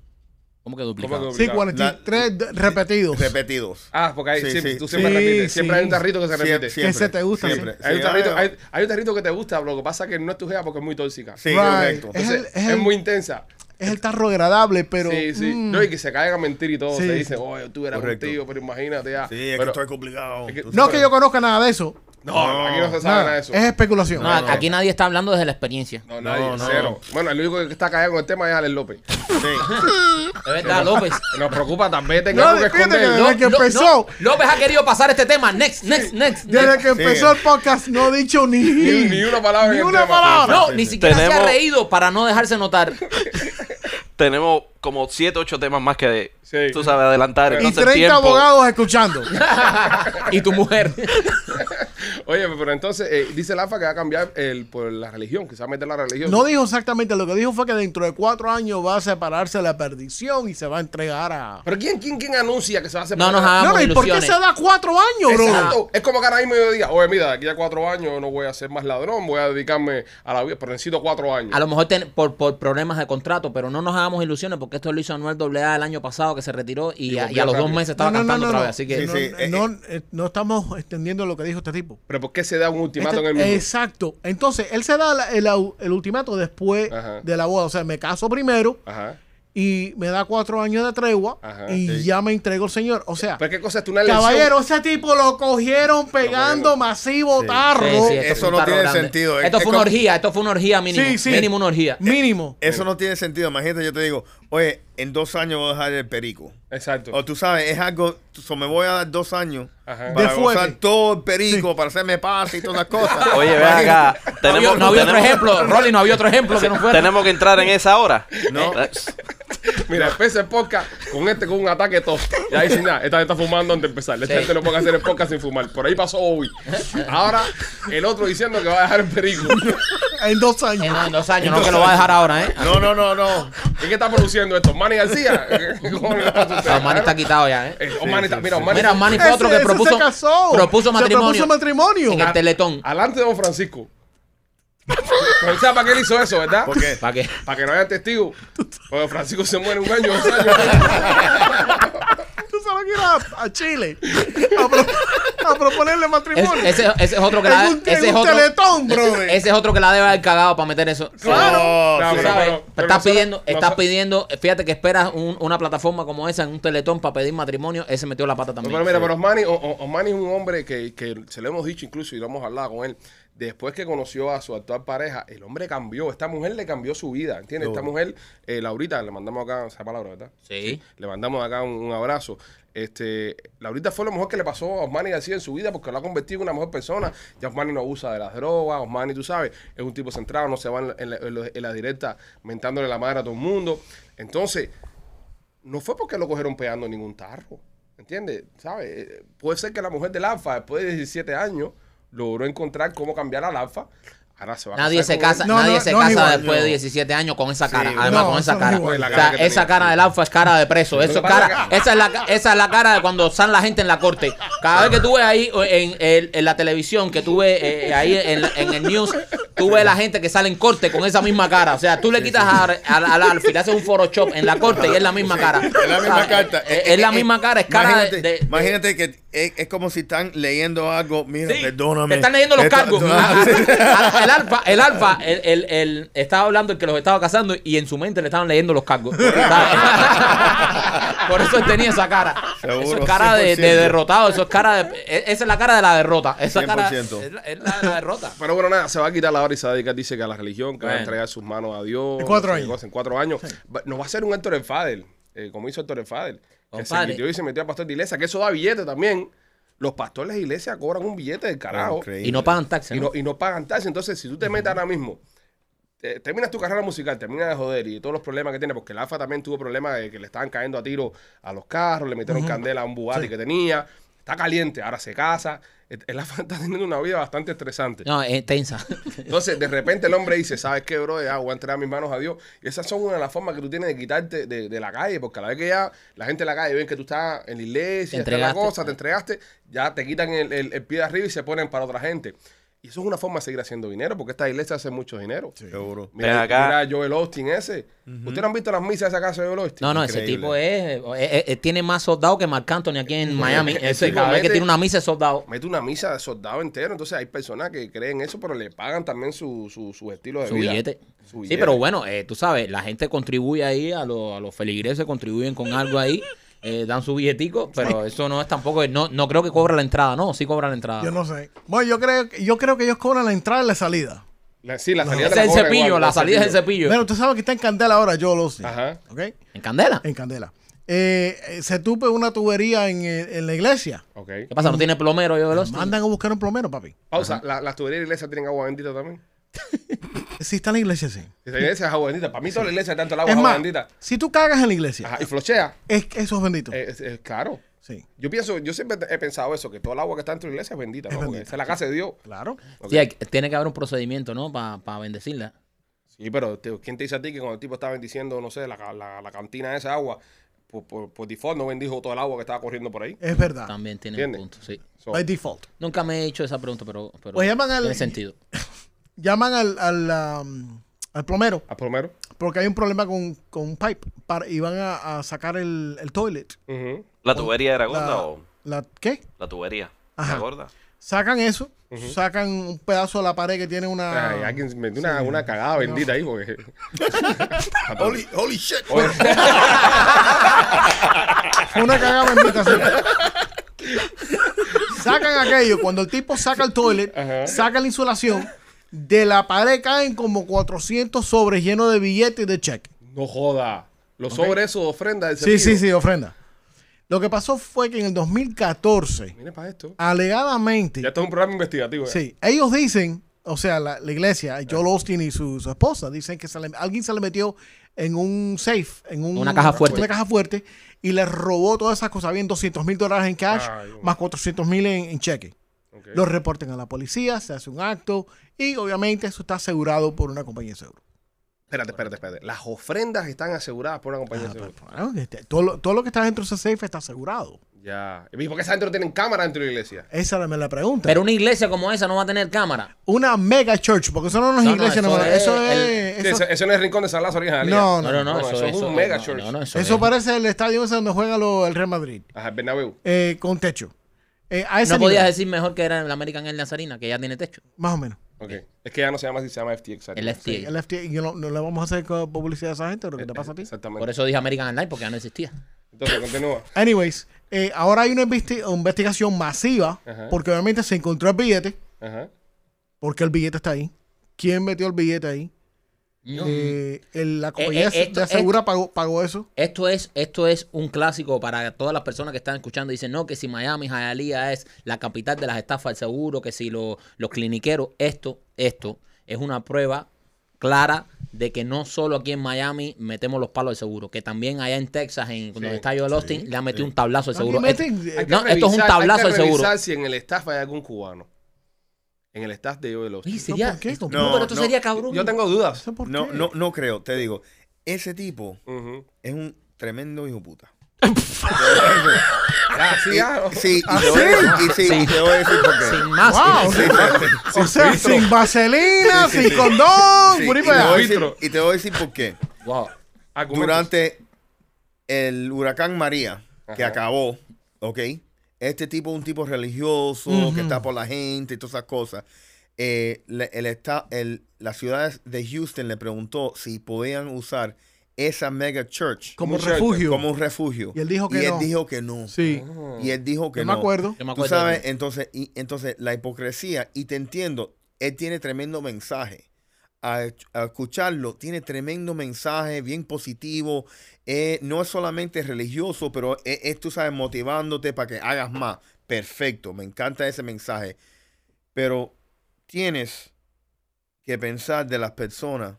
[SPEAKER 2] ¿Cómo que duplicado?
[SPEAKER 1] ¿Cómo que
[SPEAKER 3] Sí, 43 de- repetidos.
[SPEAKER 4] Repetidos.
[SPEAKER 1] Ah, porque hay,
[SPEAKER 4] Sí,
[SPEAKER 1] siempre,
[SPEAKER 4] sí.
[SPEAKER 1] tú siempre
[SPEAKER 3] Sí,
[SPEAKER 1] repites.
[SPEAKER 3] sí.
[SPEAKER 1] Siempre hay un tarrito que se
[SPEAKER 4] Sie-
[SPEAKER 1] repite.
[SPEAKER 4] siempre,
[SPEAKER 3] se te gusta,
[SPEAKER 4] Siempre.
[SPEAKER 1] Hay, un
[SPEAKER 4] Sí,
[SPEAKER 1] tarrito,
[SPEAKER 4] ah,
[SPEAKER 1] hay, hay un tarrito que te gusta, lo que pasa es que no es tu jeva porque es muy tóxica.
[SPEAKER 4] Sí,
[SPEAKER 3] Right.
[SPEAKER 4] correcto.
[SPEAKER 3] Es
[SPEAKER 1] Entonces,
[SPEAKER 3] el-
[SPEAKER 1] es,
[SPEAKER 3] es el-
[SPEAKER 1] muy intensa.
[SPEAKER 3] Es el tarro agradable, pero...
[SPEAKER 1] sí, sí.
[SPEAKER 3] mm.
[SPEAKER 1] No, y que se caigan a mentir y todo.
[SPEAKER 3] Sí.
[SPEAKER 1] Se dice, oye, tú eras
[SPEAKER 4] Correcto.
[SPEAKER 1] contigo, pero imagínate ya.
[SPEAKER 4] Sí, es
[SPEAKER 1] Pero-
[SPEAKER 4] que estoy complicado.
[SPEAKER 1] es que-
[SPEAKER 4] Tú
[SPEAKER 3] No
[SPEAKER 4] sabes.
[SPEAKER 3] que yo conozca nada de eso.
[SPEAKER 1] no,
[SPEAKER 4] No,
[SPEAKER 1] aquí no se sabe
[SPEAKER 3] Nada.
[SPEAKER 1] nada de eso.
[SPEAKER 3] Es especulación.
[SPEAKER 2] No, aquí nadie está hablando desde la experiencia.
[SPEAKER 1] No, nadie,
[SPEAKER 4] no.
[SPEAKER 1] cero. Bueno, el único que está callado con el tema es Alex López.
[SPEAKER 4] Sí.
[SPEAKER 2] Es verdad, López.
[SPEAKER 1] Que Nos preocupa también,
[SPEAKER 3] No,
[SPEAKER 1] tengamos que
[SPEAKER 3] depende
[SPEAKER 1] esconder.
[SPEAKER 3] que- Desde que empezó.
[SPEAKER 2] López ha querido pasar este tema. Next, next, next.
[SPEAKER 3] Desde
[SPEAKER 2] next.
[SPEAKER 3] que empezó el podcast no he dicho ni...
[SPEAKER 1] <laughs> Ni, ni una palabra. en
[SPEAKER 3] Ni
[SPEAKER 1] el
[SPEAKER 3] una
[SPEAKER 1] tema.
[SPEAKER 3] palabra.
[SPEAKER 2] No, ni siquiera se ha
[SPEAKER 5] Tenemos-
[SPEAKER 2] reído para no dejarse notar.
[SPEAKER 5] Tenemos como 7, 8 temas más que de,
[SPEAKER 1] Sí.
[SPEAKER 5] tú sabes, adelantar.
[SPEAKER 3] Y
[SPEAKER 5] Entonces,
[SPEAKER 3] 30
[SPEAKER 5] tiempo-
[SPEAKER 3] abogados escuchando.
[SPEAKER 2] y tu mujer.
[SPEAKER 1] Oye, pero entonces eh, dice el AFA que va a cambiar el, por la religión, que se va a meter la religión.
[SPEAKER 3] No dijo exactamente, lo que dijo fue que dentro de cuatro años va a separarse la perdición y se va a entregar a...
[SPEAKER 1] Pero ¿quién, quién, quién anuncia que se va a separar?
[SPEAKER 2] No nos hagamos
[SPEAKER 3] No, no, ¿y por qué
[SPEAKER 2] ilusiones.
[SPEAKER 3] se da cuatro años, bro?
[SPEAKER 1] Exacto. Es como que ahora mismo yo diga, oye, mira, de aquí a cuatro años no voy a ser más ladrón, voy a dedicarme a la vida, pero necesito cuatro años.
[SPEAKER 2] A lo mejor ten- por, por problemas de contrato, pero no nos hagamos ilusiones porque esto lo hizo Anuel AA el año pasado que se retiró y,
[SPEAKER 1] Y
[SPEAKER 2] a,
[SPEAKER 1] volvió
[SPEAKER 2] y a los dos
[SPEAKER 1] rápido.
[SPEAKER 2] meses estaba
[SPEAKER 3] No, no,
[SPEAKER 2] cantando
[SPEAKER 3] no,
[SPEAKER 2] otra
[SPEAKER 3] no.
[SPEAKER 2] vez. Así que
[SPEAKER 4] Sí,
[SPEAKER 3] no,
[SPEAKER 4] sí, eh,
[SPEAKER 3] no, eh, no estamos extendiendo lo que dijo este tipo.
[SPEAKER 1] Pero ¿por qué se da un ultimato
[SPEAKER 3] Este-
[SPEAKER 1] en el mismo?
[SPEAKER 3] Exacto. Entonces, él se da la- el, au- el ultimato después
[SPEAKER 1] Ajá.
[SPEAKER 3] de la boda. O sea, me caso primero
[SPEAKER 1] Ajá.
[SPEAKER 3] y me da cuatro años de tregua
[SPEAKER 1] Ajá,
[SPEAKER 3] y
[SPEAKER 4] sí.
[SPEAKER 3] ya me entrego el señor. O sea,
[SPEAKER 1] Pero qué cosa es tú una lesión.
[SPEAKER 3] caballero, ese tipo lo cogieron pegando masivo
[SPEAKER 4] Sí.
[SPEAKER 3] tarro.
[SPEAKER 2] Sí, sí, esto
[SPEAKER 4] Eso
[SPEAKER 2] fue un
[SPEAKER 4] no
[SPEAKER 2] tarro
[SPEAKER 4] tiene sentido.
[SPEAKER 2] Esto
[SPEAKER 4] Es
[SPEAKER 2] fue una
[SPEAKER 4] como-
[SPEAKER 2] orgía, esto fue una orgía mínimo.
[SPEAKER 3] Sí, sí.
[SPEAKER 2] Mínimo una orgía.
[SPEAKER 3] Mínimo.
[SPEAKER 4] Eso no tiene sentido. Imagínate, yo te digo, oye, en dos años voy a dejar el perico.
[SPEAKER 1] Exacto.
[SPEAKER 4] O tú sabes, es algo, so, me voy a dar dos años
[SPEAKER 1] Ajá.
[SPEAKER 4] para
[SPEAKER 3] De
[SPEAKER 4] gozar
[SPEAKER 3] fuerte.
[SPEAKER 4] todo el perico, para hacerme paz y todas las cosas.
[SPEAKER 2] <laughs>
[SPEAKER 5] Oye, ven acá.
[SPEAKER 2] No había,
[SPEAKER 5] Tenemos,
[SPEAKER 2] no había otro
[SPEAKER 5] tenemos,
[SPEAKER 2] ejemplo, Rolly, no había otro ejemplo que no fuera.
[SPEAKER 5] tenemos que entrar en esa hora.
[SPEAKER 4] No.
[SPEAKER 5] Eh,
[SPEAKER 1] Mira, empieza el podcast con este con un ataque tos. Ya dice nada, esta gente está fumando antes de empezar. Esta
[SPEAKER 2] Sí.
[SPEAKER 1] gente no puede hacer el podcast sin fumar. Por ahí pasó Bobby. Ahora, el otro diciendo que va a dejar el perico.
[SPEAKER 3] En dos años.
[SPEAKER 2] Eh, <laughs> no, en dos años, no que lo va a dejar ahora, ¿eh?
[SPEAKER 4] No, no, no, no.
[SPEAKER 1] ¿Y qué está produciendo esto? ¿Manny García? ¿Qué cojones le pasa a usted?
[SPEAKER 2] Ah, Manny está quitado ya, ¿eh?
[SPEAKER 1] Eh, Omani está- Mira, Omani-
[SPEAKER 2] Mira, Manny fue otro
[SPEAKER 3] Ese-
[SPEAKER 2] que
[SPEAKER 3] ese
[SPEAKER 2] propuso,
[SPEAKER 3] se casó.
[SPEAKER 2] propuso
[SPEAKER 3] Se
[SPEAKER 2] matrimonio
[SPEAKER 3] propuso matrimonio.
[SPEAKER 2] en el Teletón.
[SPEAKER 1] Alante de Don Francisco. Pero él sabe para qué él hizo eso, ¿verdad?
[SPEAKER 4] ¿Por qué?
[SPEAKER 2] ¿Para qué?
[SPEAKER 1] Para que no haya testigos. Porque Don Francisco se muere un año, dos años.
[SPEAKER 3] Tú sabes que era a Chile a, pro- a proponerle
[SPEAKER 2] Es-
[SPEAKER 3] matrimonio.
[SPEAKER 2] ese, ese es otro que
[SPEAKER 3] En
[SPEAKER 2] la
[SPEAKER 3] un- en
[SPEAKER 2] ese es
[SPEAKER 3] un
[SPEAKER 2] otro,
[SPEAKER 3] Teletón, brother.
[SPEAKER 2] Ese es otro que la debe haber cagado para meter
[SPEAKER 4] No,
[SPEAKER 2] eso.
[SPEAKER 1] No,
[SPEAKER 4] sí.
[SPEAKER 1] pero-
[SPEAKER 2] ¿Sabes? estás
[SPEAKER 1] nosotros-
[SPEAKER 2] pidiendo, estás
[SPEAKER 1] nosotros-
[SPEAKER 2] pidiendo, fíjate que esperas un- una plataforma como esa en un teletón para pedir matrimonio, ese metió la pata
[SPEAKER 1] No,
[SPEAKER 2] también.
[SPEAKER 1] pero mira, pero Osmani, O- O- Osmani es un hombre que, que se lo hemos dicho incluso y lo hemos hablado con él. Después que conoció a su actual pareja, el hombre cambió. Esta mujer le cambió su vida, ¿entiendes? Esta
[SPEAKER 4] Seguro.
[SPEAKER 1] mujer, eh, Laurita, le mandamos acá esa palabra, ¿verdad?
[SPEAKER 2] Sí.
[SPEAKER 1] Le mandamos acá un, un abrazo. Este, Laurita fue lo mejor que le pasó a Osmani García en su vida porque lo ha convertido en una mejor persona. Ya Osmani no abusa de las drogas, Osmani, tú sabes, es un tipo centrado, no se va en la, en la- en la- en la directa mentándole la madre a todo el mundo. Entonces, no fue porque lo cogieron pegando ningún tarro. ¿Entiendes? ¿Sabes? Eh, Puede ser que la mujer del alfa, después de 17 años, logró encontrar cómo cambiar al alfa. Ahora se va a
[SPEAKER 2] Nadie
[SPEAKER 1] casar
[SPEAKER 2] se
[SPEAKER 1] con él.
[SPEAKER 2] casa,
[SPEAKER 3] No,
[SPEAKER 2] nadie
[SPEAKER 3] no,
[SPEAKER 2] se
[SPEAKER 3] no es
[SPEAKER 2] casa
[SPEAKER 3] igual,
[SPEAKER 2] después de
[SPEAKER 4] no.
[SPEAKER 2] 17 años con esa cara,
[SPEAKER 4] Sí,
[SPEAKER 2] además
[SPEAKER 3] no,
[SPEAKER 2] con
[SPEAKER 3] eso
[SPEAKER 2] esa
[SPEAKER 3] no es
[SPEAKER 2] cara.
[SPEAKER 3] igual.
[SPEAKER 1] La
[SPEAKER 2] O
[SPEAKER 1] cara
[SPEAKER 2] sea,
[SPEAKER 1] que tenía.
[SPEAKER 2] esa cara del alfa es cara de preso, eso
[SPEAKER 1] que
[SPEAKER 2] es
[SPEAKER 1] pasa
[SPEAKER 2] cara,
[SPEAKER 1] es que-
[SPEAKER 2] esa es la ca- esa es la cara de cuando están la gente en la corte. Cada vez que tú ves ahí o en, el- en la televisión, que tú ves eh, ahí en, la- en el news, tú ves la gente que sale en corte con esa misma cara. O sea, tú le quitas a- al al alfa y le haces un photoshop en la corte y es la misma cara.
[SPEAKER 4] Es la misma
[SPEAKER 2] ¿Sabes?
[SPEAKER 4] carta. Eh,
[SPEAKER 2] Es, es la misma cara, es cara de-
[SPEAKER 4] imagínate,
[SPEAKER 2] de- de
[SPEAKER 4] Imagínate que es, es como si están leyendo algo. Mira,
[SPEAKER 2] Sí,
[SPEAKER 4] perdóname.
[SPEAKER 2] Te están leyendo los
[SPEAKER 4] Esto- <laughs>
[SPEAKER 2] cargos.
[SPEAKER 4] esto- ah,
[SPEAKER 2] A- a- a- <laughs> el alfa, el alfa, el, el- el- estaba hablando el que los estaba casando y en su mente le estaban leyendo los cargos. <laughs> Por eso él tenía esa cara. eso
[SPEAKER 4] Seguro,
[SPEAKER 2] es cara de,
[SPEAKER 4] 100%.
[SPEAKER 2] de derrotado. Eso es cara de, e- esa es la cara de la derrota. Esa cara
[SPEAKER 4] 100%.
[SPEAKER 2] es la, es la de la derrota.
[SPEAKER 1] Pero bueno, nada, se va a quitar la hora y se va a dedicar, dice que a la religión, que va a
[SPEAKER 2] Bueno.
[SPEAKER 1] entregar sus manos a Dios.
[SPEAKER 3] En cuatro
[SPEAKER 1] no sé qué
[SPEAKER 3] años.
[SPEAKER 1] cosa, En cuatro años. Va- Nos va a hacer un Héctor el Fader, eh, como hizo Héctor el Fader. Que se
[SPEAKER 2] Compadre.
[SPEAKER 1] metió y se metió a pastor de iglesia, que eso da billete también. Los pastores de iglesia cobran un billete del carajo.
[SPEAKER 4] Increíble.
[SPEAKER 2] Y no pagan taxes.
[SPEAKER 1] y, no, y no pagan taxi. Entonces, si tú te metes ahora mismo, te- terminas tu carrera musical, terminas de joder y todos los problemas que tiene, porque el Alfa también tuvo problemas de que le estaban cayendo a tiro a los carros, le metieron candela a un Bugatti que tenía. Está caliente, ahora se casa. El el Alfa <laughs> está teniendo una vida bastante estresante.
[SPEAKER 2] No, es tensa.
[SPEAKER 1] Entonces, de repente el hombre dice, ¿sabes qué, bro? Ya voy a entregar mis manos a Dios. Y esas son una de las formas que tú tienes de quitarte de, de la calle, porque a la vez que ya la gente en la calle ven que tú estás en la iglesia, estás
[SPEAKER 2] Te
[SPEAKER 1] en la
[SPEAKER 2] entregaste. pues.
[SPEAKER 1] cosa, te entregaste, ya te quitan el, el- el pie de arriba y se ponen para otra gente. Y eso es una forma de seguir haciendo dinero, porque esta iglesia hace mucho dinero.
[SPEAKER 4] Seguro.
[SPEAKER 1] Mira,
[SPEAKER 5] Ven acá.
[SPEAKER 1] mira Joel Austin ese. ¿Ustedes no han visto las misas de esa casa de Joel Austin?
[SPEAKER 2] No, no, ese
[SPEAKER 4] Increíble.
[SPEAKER 2] tipo es, es- es- tiene más soldado que Marc Anthony aquí en Miami. Ese,
[SPEAKER 1] tipo
[SPEAKER 2] cada vez que
[SPEAKER 1] mete-
[SPEAKER 2] tiene una misa es soldado.
[SPEAKER 1] Mete una misa de soldado entero. Entonces hay personas que creen eso, pero le pagan también su, su, su estilo de
[SPEAKER 2] Su
[SPEAKER 1] vida.
[SPEAKER 2] billete.
[SPEAKER 1] Su
[SPEAKER 2] Sí,
[SPEAKER 1] billete.
[SPEAKER 2] pero bueno, eh, tú sabes, la gente contribuye ahí, a, los- a los feligreses contribuyen con algo ahí, <laughs> eh, dan su billetico, pero eso no es tampoco, no, no creo que cobra la entrada, no, sí cobra la entrada.
[SPEAKER 3] Yo no sé. Bueno, yo creo, yo creo que ellos cobran la entrada y la salida.
[SPEAKER 1] La- sí, la salida
[SPEAKER 2] Ese
[SPEAKER 1] te la
[SPEAKER 2] es el
[SPEAKER 1] cobran
[SPEAKER 2] cepillo,
[SPEAKER 1] igual,
[SPEAKER 2] la
[SPEAKER 1] el
[SPEAKER 2] salida es el cepillo.
[SPEAKER 3] Bueno, tú sabes que está en Candela ahora, Joel Osteen.
[SPEAKER 1] Ajá.
[SPEAKER 3] ¿Ok?
[SPEAKER 2] ¿En Candela?
[SPEAKER 3] En Candela. Eh, eh, se tupe una tubería en, eh, en la iglesia.
[SPEAKER 1] Ok.
[SPEAKER 2] ¿Qué pasa? ¿No tiene plomero yo veloz?
[SPEAKER 3] Mandan a buscar un plomero, papi.
[SPEAKER 1] Pausa, la- las tuberías de iglesia tienen agua bendita también.
[SPEAKER 3] Si está en la iglesia, sí.
[SPEAKER 1] Si la iglesia es agua bendita. Para mí toda la iglesia, tanto el agua es
[SPEAKER 3] Es
[SPEAKER 1] agua
[SPEAKER 3] más,
[SPEAKER 1] bendita.
[SPEAKER 3] si tú cagas en la iglesia,
[SPEAKER 1] Ajá, y flochea.
[SPEAKER 3] es, eso es bendito.
[SPEAKER 1] Eh, es- es claro.
[SPEAKER 3] Sí,
[SPEAKER 1] Yo pienso, yo siempre he pensado eso, que toda el agua que está en tu iglesia es bendita.
[SPEAKER 3] Es
[SPEAKER 1] ¿no? Porque
[SPEAKER 3] bendita.
[SPEAKER 1] Esa es la casa de Dios.
[SPEAKER 3] claro.
[SPEAKER 1] Ok.
[SPEAKER 2] Sí, hay- tiene que haber un procedimiento, ¿no? Para bendecirla.
[SPEAKER 1] Sí, pero te- ¿quién te dice a ti que cuando el tipo está bendiciendo, no sé, la, ca- la- la cantina de esa agua, por, por, por default no bendijo todo el agua que estaba corriendo por ahí?
[SPEAKER 3] Es verdad.
[SPEAKER 2] También tiene
[SPEAKER 1] ¿Entiendes?
[SPEAKER 2] un punto, sí.
[SPEAKER 1] So,
[SPEAKER 3] By default.
[SPEAKER 2] Nunca me he hecho esa pregunta, pero, pero
[SPEAKER 3] Pues llaman al-
[SPEAKER 2] tiene
[SPEAKER 3] <laughs>
[SPEAKER 2] sentido.
[SPEAKER 3] Llaman al, al, um, al plomero
[SPEAKER 1] ¿A Plomero?
[SPEAKER 3] porque hay un problema con, con un pipe para, y van a, a sacar el, el toilet.
[SPEAKER 1] Ujú.
[SPEAKER 5] ¿La tubería era gorda
[SPEAKER 3] La-
[SPEAKER 5] o
[SPEAKER 3] la- ¿Qué?
[SPEAKER 5] la tubería?
[SPEAKER 3] Ajá.
[SPEAKER 5] ¿Era gorda?
[SPEAKER 3] Sacan eso, sacan un pedazo de la pared que tiene
[SPEAKER 2] Ah,
[SPEAKER 3] una.
[SPEAKER 1] Ay, alguien metió una, una cagada bendita ahí
[SPEAKER 2] <laughs>
[SPEAKER 1] porque... <laughs>
[SPEAKER 6] Holy, holy shit.
[SPEAKER 1] Oye,
[SPEAKER 3] Fue <laughs> una cagada bendita. sí. Sacan aquello. Cuando el tipo saca el toilet, saca la insulación, de la pared caen como 400 sobres llenos de billetes y de cheque.
[SPEAKER 1] no joda. Los sobres esos de ofrenda del
[SPEAKER 3] Sí, sí,
[SPEAKER 1] servicio.
[SPEAKER 3] sí, ofrenda. Lo que pasó fue que en el 2014,
[SPEAKER 1] Mire para
[SPEAKER 2] Ah,
[SPEAKER 1] esto.
[SPEAKER 3] alegadamente,
[SPEAKER 1] Ya esto es un programa investigativo. ¿eh?
[SPEAKER 3] sí, ellos dicen, o sea, la, la iglesia, Joel Austin y su, su esposa, dicen que se le- alguien se le metió en un safe, en un-
[SPEAKER 2] Una caja fuerte.
[SPEAKER 3] una caja fuerte, y le robó todas esas cosas. Habían 200 mil dólares en cash,
[SPEAKER 1] Ay, Dios
[SPEAKER 3] más 400 mil en, en cheque.
[SPEAKER 1] Ok.
[SPEAKER 3] Lo reporten a la policía, se hace un acto, y obviamente eso está asegurado por una compañía de seguro.
[SPEAKER 1] Espérate, espérate, espérate. Las ofrendas están aseguradas por una compañía de
[SPEAKER 3] Ah,
[SPEAKER 2] pues,
[SPEAKER 1] seguro.
[SPEAKER 3] pero, claro, que este- todo, lo, todo lo que está dentro de ese safe está asegurado.
[SPEAKER 2] pues.
[SPEAKER 1] Ya. ¿Y por qué esa gente no tienen cámara dentro de la iglesia?
[SPEAKER 3] Esa era la pregunta.
[SPEAKER 2] Pero una iglesia como esa no va a tener cámara.
[SPEAKER 3] una mega church, porque eso no es
[SPEAKER 2] No, no,
[SPEAKER 3] iglesia,
[SPEAKER 2] eso
[SPEAKER 3] no,
[SPEAKER 2] es
[SPEAKER 3] eso es.
[SPEAKER 2] el-
[SPEAKER 1] Sí, Eso,
[SPEAKER 3] eso,
[SPEAKER 1] eso no es el rincón de San Lázaro, hija de María.
[SPEAKER 3] No,
[SPEAKER 2] No, no, no,
[SPEAKER 1] No,
[SPEAKER 2] eso,
[SPEAKER 1] eso es un
[SPEAKER 2] eso-
[SPEAKER 1] mega
[SPEAKER 2] no,
[SPEAKER 1] church.
[SPEAKER 2] no, no, eso,
[SPEAKER 3] eso
[SPEAKER 2] es-
[SPEAKER 3] parece el estadio ese donde juegan los- el Real Madrid,
[SPEAKER 1] Ajá, el Bernabéu.
[SPEAKER 3] eh, con techo. Eh, a ese
[SPEAKER 2] No
[SPEAKER 3] nivel,
[SPEAKER 2] podías decir mejor que era el American Air Nazarina, que ya tiene techo.
[SPEAKER 3] Más o menos.
[SPEAKER 1] Ok. Es que ya no se llama así, se llama FTX.
[SPEAKER 2] El FTX.
[SPEAKER 1] Sí,
[SPEAKER 3] El FT, yo no, no le vamos a hacer co- publicidad a esa gente, lo que te pasa a ti.
[SPEAKER 1] Eh, Exactamente.
[SPEAKER 2] Por eso dije American Airlines, porque ya no existía.
[SPEAKER 1] Entonces, continúa.
[SPEAKER 3] Anyways, eh, ahora hay una investi- investigación masiva,
[SPEAKER 1] Ajá.
[SPEAKER 3] porque obviamente se encontró el billete,
[SPEAKER 1] Ajá.
[SPEAKER 2] Eh,
[SPEAKER 3] porque el billete está ahí. ¿Quién metió el billete ahí? Eh, el- la compañía
[SPEAKER 2] eh, esto-
[SPEAKER 3] de asegura pagó, pagó eso.
[SPEAKER 2] Esto es, esto es un clásico para todas las personas que están escuchando. Dicen, no, que si Miami, Hialeah es la capital de las estafas del seguro, que si lo- los cliniqueros, esto, esto es una prueba clara de que no solo aquí en Miami metemos los palos de seguro, que también allá en Texas, en donde está Joel Austin, le han metido un tablazo de
[SPEAKER 3] Aquí
[SPEAKER 2] seguro.
[SPEAKER 3] meten,
[SPEAKER 2] Esto-
[SPEAKER 3] eh,
[SPEAKER 1] Hay que
[SPEAKER 2] no, esto es un
[SPEAKER 1] revisar-
[SPEAKER 2] tablazo
[SPEAKER 1] hay
[SPEAKER 2] de
[SPEAKER 1] que
[SPEAKER 2] seguro.
[SPEAKER 1] revisar si en el staff hay algún cubano. En el staff de Joel Austin.
[SPEAKER 2] Oye, sería-
[SPEAKER 3] ¿por qué?
[SPEAKER 2] esto-
[SPEAKER 4] No,
[SPEAKER 2] no, pero esto
[SPEAKER 4] no.
[SPEAKER 2] sería cabrón.
[SPEAKER 1] Yo tengo dudas.
[SPEAKER 3] ¿Eso por
[SPEAKER 4] No,
[SPEAKER 3] qué?
[SPEAKER 4] no, no creo, te digo. Ese tipo
[SPEAKER 1] Ujú.
[SPEAKER 4] es un tremendo hijo puta.
[SPEAKER 1] Ah, sí, ah,
[SPEAKER 4] Y- Sí, y te voy a decir- y sí, y te voy a decir
[SPEAKER 2] <laughs>
[SPEAKER 4] por qué.
[SPEAKER 2] Sin más.
[SPEAKER 3] Wow,
[SPEAKER 4] Sí, sí, sí.
[SPEAKER 3] O sea,
[SPEAKER 1] filtro.
[SPEAKER 3] sin vaselina,
[SPEAKER 4] Sí, sí,
[SPEAKER 3] sin
[SPEAKER 4] sí.
[SPEAKER 3] condón.
[SPEAKER 4] Sí,
[SPEAKER 3] por ahí
[SPEAKER 4] y, te
[SPEAKER 3] para allá.
[SPEAKER 4] voy a decir,
[SPEAKER 1] Filtro.
[SPEAKER 4] y te voy a decir por qué.
[SPEAKER 2] Wow.
[SPEAKER 1] argumentos.
[SPEAKER 4] Durante el huracán María, que
[SPEAKER 1] Ajá.
[SPEAKER 4] acabó, ¿ok? Este tipo es un tipo religioso, que está por la gente y todas esas cosas. Eh, la- el esta- el- la ciudad de Houston le preguntó si podían usar esa mega church
[SPEAKER 3] Como
[SPEAKER 1] Mucho
[SPEAKER 3] refugio.
[SPEAKER 4] como un refugio.
[SPEAKER 3] Y él dijo que
[SPEAKER 4] Y él
[SPEAKER 3] no.
[SPEAKER 4] dijo que no.
[SPEAKER 3] Sí.
[SPEAKER 1] Ah.
[SPEAKER 4] Y él dijo que
[SPEAKER 3] Yo me
[SPEAKER 4] no.
[SPEAKER 3] acuerdo.
[SPEAKER 2] Yo me
[SPEAKER 4] Tú
[SPEAKER 2] acuerdo
[SPEAKER 4] sabes,
[SPEAKER 2] de-
[SPEAKER 4] entonces, y, entonces la hipocresía, y te entiendo, él tiene tremendo mensaje. A, a escucharlo, tiene tremendo mensaje, bien positivo. Eh, no es solamente religioso, pero es, es, tú sabes, motivándote para que hagas más. Perfecto, me encanta ese mensaje. Pero tienes que pensar de las personas,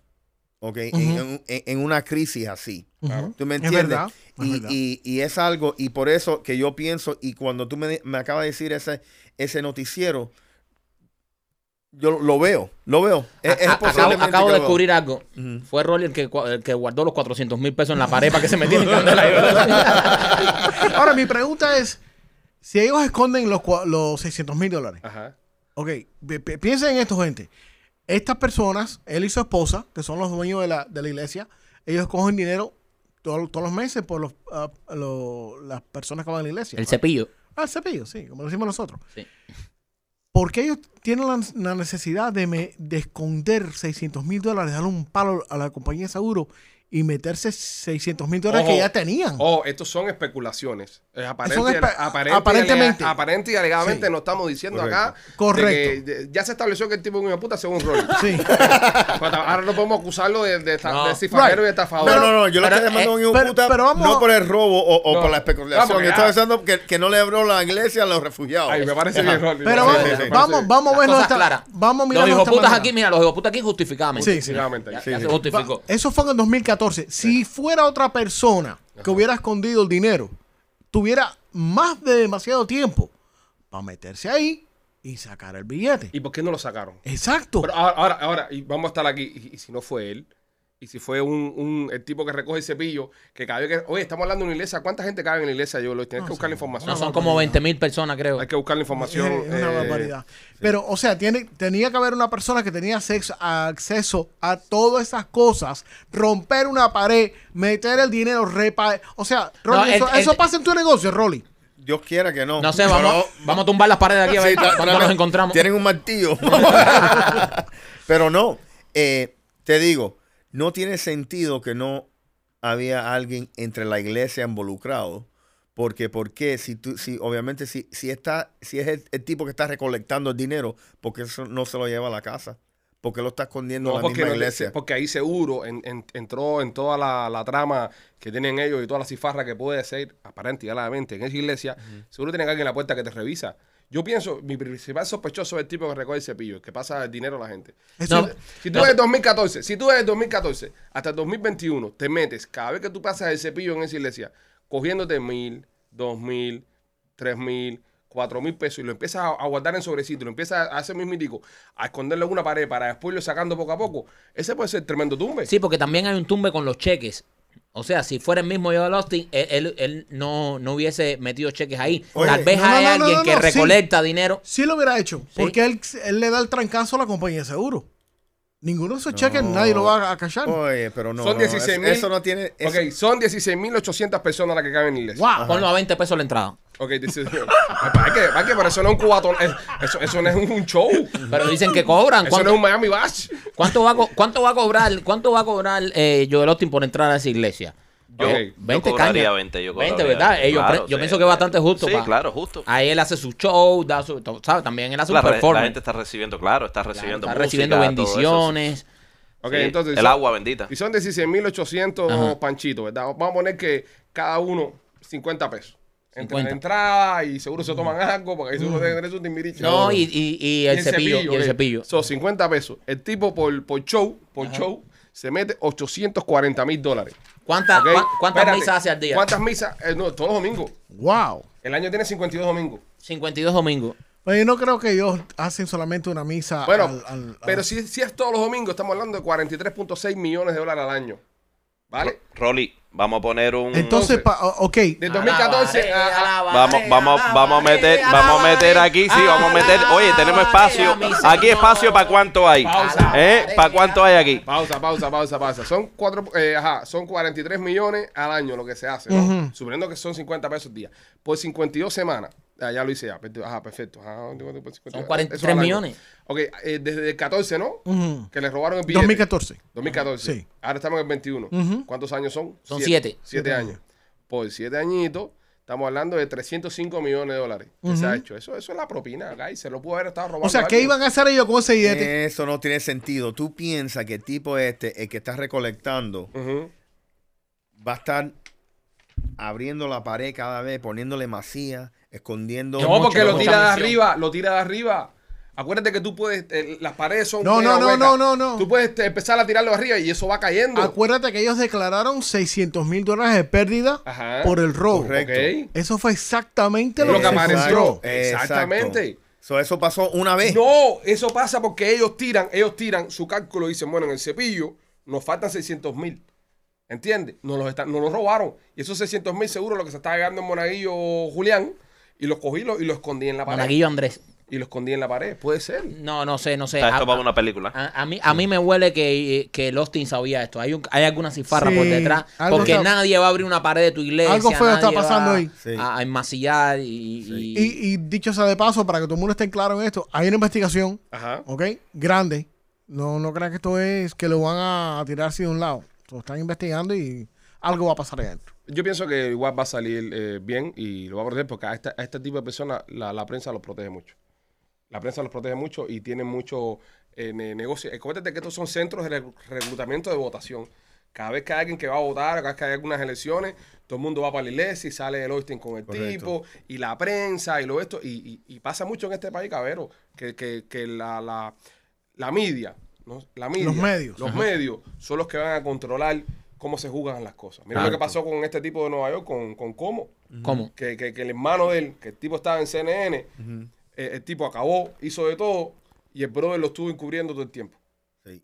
[SPEAKER 4] ¿ok? En-
[SPEAKER 3] Ujú.
[SPEAKER 4] en, en- en una crisis así.
[SPEAKER 3] Ujú.
[SPEAKER 4] ¿Tú me
[SPEAKER 3] Es
[SPEAKER 4] entiendes?
[SPEAKER 3] verdad, es
[SPEAKER 4] y,
[SPEAKER 3] verdad.
[SPEAKER 4] y- y es algo, y por eso que yo pienso, y cuando tú me, me acabas de decir ese, ese noticiero, yo lo, lo veo, lo veo. Es, es
[SPEAKER 2] A- a- acabo,
[SPEAKER 4] posiblemente
[SPEAKER 2] acabo
[SPEAKER 4] que
[SPEAKER 2] de
[SPEAKER 4] lo veo.
[SPEAKER 2] descubrir algo. Fue Rolly el que, cua- el que guardó los 400 mil pesos en la pared para que se metieran en <laughs> candela.
[SPEAKER 3] <laughs> Ahora, mi pregunta es: si ellos esconden los, cua- los 600 mil dólares,
[SPEAKER 4] Ah.
[SPEAKER 1] Ajá.
[SPEAKER 3] ok, pi- pi- piensen en esto, gente. Estas personas, él y su esposa, que son los dueños de la, de la iglesia, ellos cogen dinero todo- todos los meses por los, ah, lo- las personas que van a la iglesia.
[SPEAKER 2] el cepillo.
[SPEAKER 3] Ah, el cepillo, sí, como lo decimos nosotros.
[SPEAKER 2] Sí.
[SPEAKER 3] ¿Por qué ellos tienen la, la necesidad de, me- de esconder 600 mil dólares, darle un palo a la compañía de seguro y meterse 600 mil dólares que
[SPEAKER 1] Ojo.
[SPEAKER 3] ya tenían?
[SPEAKER 1] Oh, estos son especulaciones. Es aparente,
[SPEAKER 3] Son espe-
[SPEAKER 1] aparente
[SPEAKER 3] aparentemente.
[SPEAKER 1] Y alega- aparente y alegadamente
[SPEAKER 3] Sí.
[SPEAKER 1] no estamos diciendo
[SPEAKER 4] Correcto.
[SPEAKER 1] acá. de
[SPEAKER 3] Correcto.
[SPEAKER 1] que de- ya se estableció que el tipo es un hijo de puta según Rolly.
[SPEAKER 3] Sí.
[SPEAKER 1] <laughs> Pero ahora no podemos acusarlo de, de, esta-
[SPEAKER 2] No.
[SPEAKER 1] de cifarero y
[SPEAKER 3] Right.
[SPEAKER 1] de estafador.
[SPEAKER 4] No, no, no, yo lo
[SPEAKER 2] Pero,
[SPEAKER 4] estoy llamando
[SPEAKER 2] eh,
[SPEAKER 4] un hijo
[SPEAKER 3] pero-
[SPEAKER 4] puta,
[SPEAKER 3] pero vamos
[SPEAKER 4] no
[SPEAKER 3] a-
[SPEAKER 4] por el robo o, o
[SPEAKER 1] No.
[SPEAKER 4] por la
[SPEAKER 1] Vamos,
[SPEAKER 4] especulación. Yo
[SPEAKER 1] ya.
[SPEAKER 2] ah.
[SPEAKER 4] estoy pensando que, que no le abrió la iglesia a los refugiados.
[SPEAKER 1] Ay, me parece bien, Rolly.
[SPEAKER 3] Pero
[SPEAKER 1] Me
[SPEAKER 3] vamos,
[SPEAKER 1] parece bien, me parece
[SPEAKER 3] vamos,
[SPEAKER 1] bien.
[SPEAKER 3] vamos a
[SPEAKER 2] Las
[SPEAKER 3] verlo
[SPEAKER 2] cosas
[SPEAKER 3] esta-
[SPEAKER 2] claras.
[SPEAKER 3] vamos a
[SPEAKER 2] Los
[SPEAKER 3] mirarlo de esta
[SPEAKER 2] hijoputas
[SPEAKER 3] manera.
[SPEAKER 2] aquí, mira, los hijoputas aquí justificadamente.
[SPEAKER 3] Sí, sí.
[SPEAKER 1] Definitivamente.
[SPEAKER 2] Ya,
[SPEAKER 1] Sí,
[SPEAKER 2] ya se
[SPEAKER 4] sí.
[SPEAKER 2] justificó.
[SPEAKER 3] Eso fue en el 2014. Si fuera otra persona que hubiera escondido el dinero, tuviera más de demasiado tiempo para meterse ahí y sacar el billete.
[SPEAKER 1] ¿Y por qué no lo sacaron?
[SPEAKER 3] Eh, Exacto.
[SPEAKER 1] Pero ahora, ahora, ahora, y vamos a estar aquí. Y, y si no fue él, y si fue un, un- el tipo que recoge el cepillo, que cada vez que. Oye, estamos hablando de una iglesia. ¿Cuánta gente cabe en la iglesia? Yo lo tienes que buscar la información.
[SPEAKER 2] No, son como 20 mil personas, creo.
[SPEAKER 1] Hay que buscar la información.
[SPEAKER 3] Es una
[SPEAKER 1] eh,
[SPEAKER 3] barbaridad. Pero, o sea, tiene, tenía que haber una persona que tenía acceso, acceso a todas esas cosas, romper una pared, meter el dinero, repa. O sea, Rolly,
[SPEAKER 2] No, el-
[SPEAKER 3] eso,
[SPEAKER 2] el-
[SPEAKER 3] eso pasa en tu negocio, Rolly.
[SPEAKER 4] Dios quiera que no.
[SPEAKER 2] No sé, vamos,
[SPEAKER 4] Pero-
[SPEAKER 2] vamos a tumbar las paredes aquí a
[SPEAKER 4] Sí,
[SPEAKER 2] ver
[SPEAKER 4] tra-
[SPEAKER 2] cuándo
[SPEAKER 4] tra-
[SPEAKER 2] nos encontramos.
[SPEAKER 4] Tienen
[SPEAKER 3] <laughs>
[SPEAKER 4] un martillo. Pero no, eh, te digo, no tiene sentido que no había alguien entre la iglesia involucrado. Porque, ¿por qué? Si tú, si, obviamente, si, si, está, si es el, el tipo que está recolectando el dinero, porque eso no se lo lleva a la casa? porque lo está escondiendo
[SPEAKER 1] No,
[SPEAKER 4] a la
[SPEAKER 1] porque,
[SPEAKER 4] misma
[SPEAKER 1] no-
[SPEAKER 4] iglesia?
[SPEAKER 1] porque ahí seguro en- en- entró en toda la, la trama que tienen ellos y toda la cifarra que puede ser, aparente y alegadamente, en esa iglesia, seguro tienen alguien en la puerta que te revisa. Yo pienso, mi principal sospechoso es el tipo que recoge el cepillo, el que pasa el dinero a la gente.
[SPEAKER 3] Eso-
[SPEAKER 2] No.
[SPEAKER 1] Si tú eres 2014, si tú eres 2014 hasta el 2021, te metes cada vez que tú pasas el cepillo en esa iglesia, cogiéndote mil, dos mil, tres mil, cuatro mil pesos y lo empiezas a, a guardar en sobrecito, lo empiezas a hacer mismitico, a esconderlo en una pared para después irlo sacando poco a poco, ese puede ser tremendo tumbe.
[SPEAKER 2] Sí, porque también hay un tumbe con los cheques. O sea, si fuera el mismo Joel Austin, él, él, él no, no hubiese metido cheques ahí.
[SPEAKER 4] Oye,
[SPEAKER 2] Tal vez
[SPEAKER 3] no,
[SPEAKER 2] hay
[SPEAKER 3] no, no,
[SPEAKER 2] alguien
[SPEAKER 3] no, no,
[SPEAKER 2] que
[SPEAKER 3] sí.
[SPEAKER 2] recolecta dinero.
[SPEAKER 3] Sí lo hubiera hecho, porque él, él le da el trancazo a la compañía de seguro. Ninguno de esos cheques nadie lo va a- a callar.
[SPEAKER 4] Oye, pero no.
[SPEAKER 1] son
[SPEAKER 4] no, eso-
[SPEAKER 1] 16 mil.
[SPEAKER 4] Eso no tiene. eso-
[SPEAKER 1] Ok, son 16.800 personas las que caben en la iglesia.
[SPEAKER 3] Wow.
[SPEAKER 2] Ponlo a 20 pesos la entrada.
[SPEAKER 1] Ok, dice. <laughs> Hay que, hay que, pero eso no es un cubatón. es- Eso, eso no es un show.
[SPEAKER 2] Pero dicen que cobran.
[SPEAKER 1] Eso no
[SPEAKER 2] ¿Cuánto,
[SPEAKER 1] es un Miami Bash.
[SPEAKER 2] cuánto va, a co- cuánto va a cobrar, cuánto va a cobrar eh, Joel Austin por entrar a esa iglesia?
[SPEAKER 1] Yo-
[SPEAKER 2] Eh,
[SPEAKER 1] yo
[SPEAKER 2] 20
[SPEAKER 5] cobraría
[SPEAKER 2] cañas.
[SPEAKER 5] 20, yo
[SPEAKER 2] 20,
[SPEAKER 5] cobraría.
[SPEAKER 2] ¿verdad? Eh, yo,
[SPEAKER 5] Claro,
[SPEAKER 2] pre- yo
[SPEAKER 5] sí.
[SPEAKER 2] pienso que es bastante justo.
[SPEAKER 5] Sí,
[SPEAKER 2] pa-
[SPEAKER 5] claro, justo.
[SPEAKER 2] Ahí él hace su show, da su, to- ¿sabes? También él hace
[SPEAKER 5] La,
[SPEAKER 2] su
[SPEAKER 5] re- la
[SPEAKER 2] performance.
[SPEAKER 5] gente está recibiendo, claro, está
[SPEAKER 2] está
[SPEAKER 5] recibiendo música,
[SPEAKER 2] recibiendo
[SPEAKER 5] todo eso, sí.
[SPEAKER 2] bendiciones.
[SPEAKER 1] Ok,
[SPEAKER 5] Sí,
[SPEAKER 1] entonces.
[SPEAKER 5] el agua bendita.
[SPEAKER 1] Y son 16.800 panchitos, ¿verdad? Vamos a poner que cada uno 50 pesos. Entre
[SPEAKER 2] 50.
[SPEAKER 1] la entrada y seguro se toman algo, porque ahí seguro deben tener su timbiriche.
[SPEAKER 2] Mm. No, y, y- y el, cepillo, Y el
[SPEAKER 1] ok.
[SPEAKER 2] cepillo.
[SPEAKER 1] Son 50 eh. pesos. El tipo por, por show, por show, se mete 840 mil dólares.
[SPEAKER 2] ¿Cuánta-
[SPEAKER 1] ¿ok?
[SPEAKER 2] cua- Ah, ¿Cuántas
[SPEAKER 1] Espérate,
[SPEAKER 2] misas hace al día?
[SPEAKER 1] ¿Cuántas misas? Eh, no, todos los domingos.
[SPEAKER 3] Wow.
[SPEAKER 1] El año tiene 52 domingos.
[SPEAKER 2] 52 domingos.
[SPEAKER 3] Oye, Pues yo no creo que ellos hacen solamente una misa.
[SPEAKER 1] Bueno,
[SPEAKER 3] al- al-
[SPEAKER 1] pero
[SPEAKER 3] al-
[SPEAKER 1] si, si es todos los domingos, estamos hablando de 43.6 millones de dólares al año. ¿Vale?
[SPEAKER 5] Rolly, vamos a poner un...
[SPEAKER 3] Entonces, pa- ok.
[SPEAKER 2] Ah,
[SPEAKER 1] De
[SPEAKER 2] Eh,
[SPEAKER 1] 2014 a- a-
[SPEAKER 5] Vamos, vamos, vamos a meter, vamos a meter aquí, sí, vamos a meter. Oye, tenemos espacio. Aquí espacio para cuánto hay.
[SPEAKER 2] Pausa.
[SPEAKER 5] ¿Eh? ¿Para cuánto hay aquí?
[SPEAKER 1] Pausa, pausa, pausa, pausa. Son cuatro, eh, ajá, son 43 millones al año lo que se hace, ¿no? Suponiendo que son 50 pesos al día. Por 52 semanas. Ah, ya lo hice ya. perfecto. Ajá, perfecto. Ajá, por 52.
[SPEAKER 2] Son 43
[SPEAKER 1] Eso al año.
[SPEAKER 2] millones.
[SPEAKER 1] Ok, eh, desde el 14, ¿no?
[SPEAKER 3] Ujú.
[SPEAKER 1] Que le robaron el billete.
[SPEAKER 3] 2014.
[SPEAKER 1] 2014.
[SPEAKER 3] Sí.
[SPEAKER 1] Ahora estamos en el 21. ¿Cuántos años son?
[SPEAKER 2] Son siete.
[SPEAKER 1] 7 años. Por 7 añitos, estamos hablando de 305 millones de dólares que se ha hecho. Eso, eso es la propina, guys. Se lo pudo haber estado robando.
[SPEAKER 3] O sea,
[SPEAKER 1] a
[SPEAKER 3] ¿qué
[SPEAKER 1] alguien.
[SPEAKER 3] iban a hacer ellos con ese billete?
[SPEAKER 4] Eso no tiene sentido. Tú piensas que el tipo este, el que está recolectando,
[SPEAKER 1] Ujú.
[SPEAKER 4] va a estar abriendo la pared cada vez, poniéndole masía, escondiendo.
[SPEAKER 1] No, porque
[SPEAKER 2] mucho,
[SPEAKER 1] lo
[SPEAKER 2] mucha
[SPEAKER 1] tira de
[SPEAKER 2] misión.
[SPEAKER 1] arriba, lo tira de arriba. Acuérdate que tú puedes, eh, las paredes son.
[SPEAKER 3] No,
[SPEAKER 1] media
[SPEAKER 3] no, no,
[SPEAKER 1] huecas.
[SPEAKER 3] no, no, no.
[SPEAKER 1] Tú puedes este, empezar a tirarlo arriba y eso va cayendo.
[SPEAKER 3] Acuérdate que ellos declararon 600 mil dólares de pérdida
[SPEAKER 1] Ajá.
[SPEAKER 3] por el robo.
[SPEAKER 4] Correcto.
[SPEAKER 1] Ok.
[SPEAKER 3] Eso fue exactamente lo
[SPEAKER 1] Lo
[SPEAKER 3] que
[SPEAKER 1] que
[SPEAKER 3] apareció.
[SPEAKER 1] apareció.
[SPEAKER 4] Exacto.
[SPEAKER 1] Exactamente.
[SPEAKER 4] So, eso pasó una vez.
[SPEAKER 1] No, eso pasa porque ellos tiran, ellos tiran su cálculo y dicen, bueno, en el cepillo nos faltan 600 mil. ¿Entiendes? Nos los, están- nos los robaron. Y esos 600 mil seguro lo que se estaba llegando en Monaguillo Julián. Y los cogí y los- y los escondí en la pared.
[SPEAKER 2] Monaguillo Andrés.
[SPEAKER 1] Y los escondí en la pared. Puede ser.
[SPEAKER 2] No, no sé, no sé. Ah,
[SPEAKER 5] Está
[SPEAKER 2] A,
[SPEAKER 5] esto para una película.
[SPEAKER 2] a- a mí, a mí me huele que, que el Austin sabía esto. Hay, un- hay alguna cifarra
[SPEAKER 3] Sí,
[SPEAKER 2] por detrás.
[SPEAKER 3] algo
[SPEAKER 2] Porque
[SPEAKER 3] está-
[SPEAKER 2] nadie va a abrir una pared de tu iglesia.
[SPEAKER 3] Algo feo está
[SPEAKER 2] nadie va
[SPEAKER 3] pasando ahí.
[SPEAKER 4] Sí.
[SPEAKER 2] A, a enmasillar y. y-
[SPEAKER 3] Y, y dicho sea de paso, para que todo el mundo esté claro en esto, hay una investigación,
[SPEAKER 1] Ajá.
[SPEAKER 3] ¿ok? Grande. No, no crean que esto es que lo van a tirar así de un lado. Lo están investigando y algo va a pasar ahí adentro.
[SPEAKER 1] Yo pienso que igual va a salir eh, bien y lo va a proteger porque a, esta- a este tipo de personas la, la prensa los protege mucho. La prensa los protege mucho y tienen mucho eh, ne- negocio. Acuérdate que estos son centros de re- reclutamiento de votación. Cada vez que hay alguien que va a votar, cada vez que hay algunas elecciones, todo el mundo va para la iglesia y sale el Austin con el
[SPEAKER 4] Correcto.
[SPEAKER 1] tipo y la prensa y lo esto. Y, y- y pasa mucho en este país, cabero, que, que- que la, la, la media, ¿no? la media,
[SPEAKER 3] Los medios.
[SPEAKER 1] los
[SPEAKER 3] Ajá.
[SPEAKER 1] medios son los que van a controlar cómo se juzgan las cosas. Mira lo que pasó con este tipo de Nueva York, con, con Como,
[SPEAKER 2] ¿Cómo?
[SPEAKER 1] que, que- que el hermano de él, que el tipo estaba en CNN, eh, el tipo acabó, hizo de todo, y el brother lo estuvo encubriendo todo el tiempo.
[SPEAKER 4] Sí.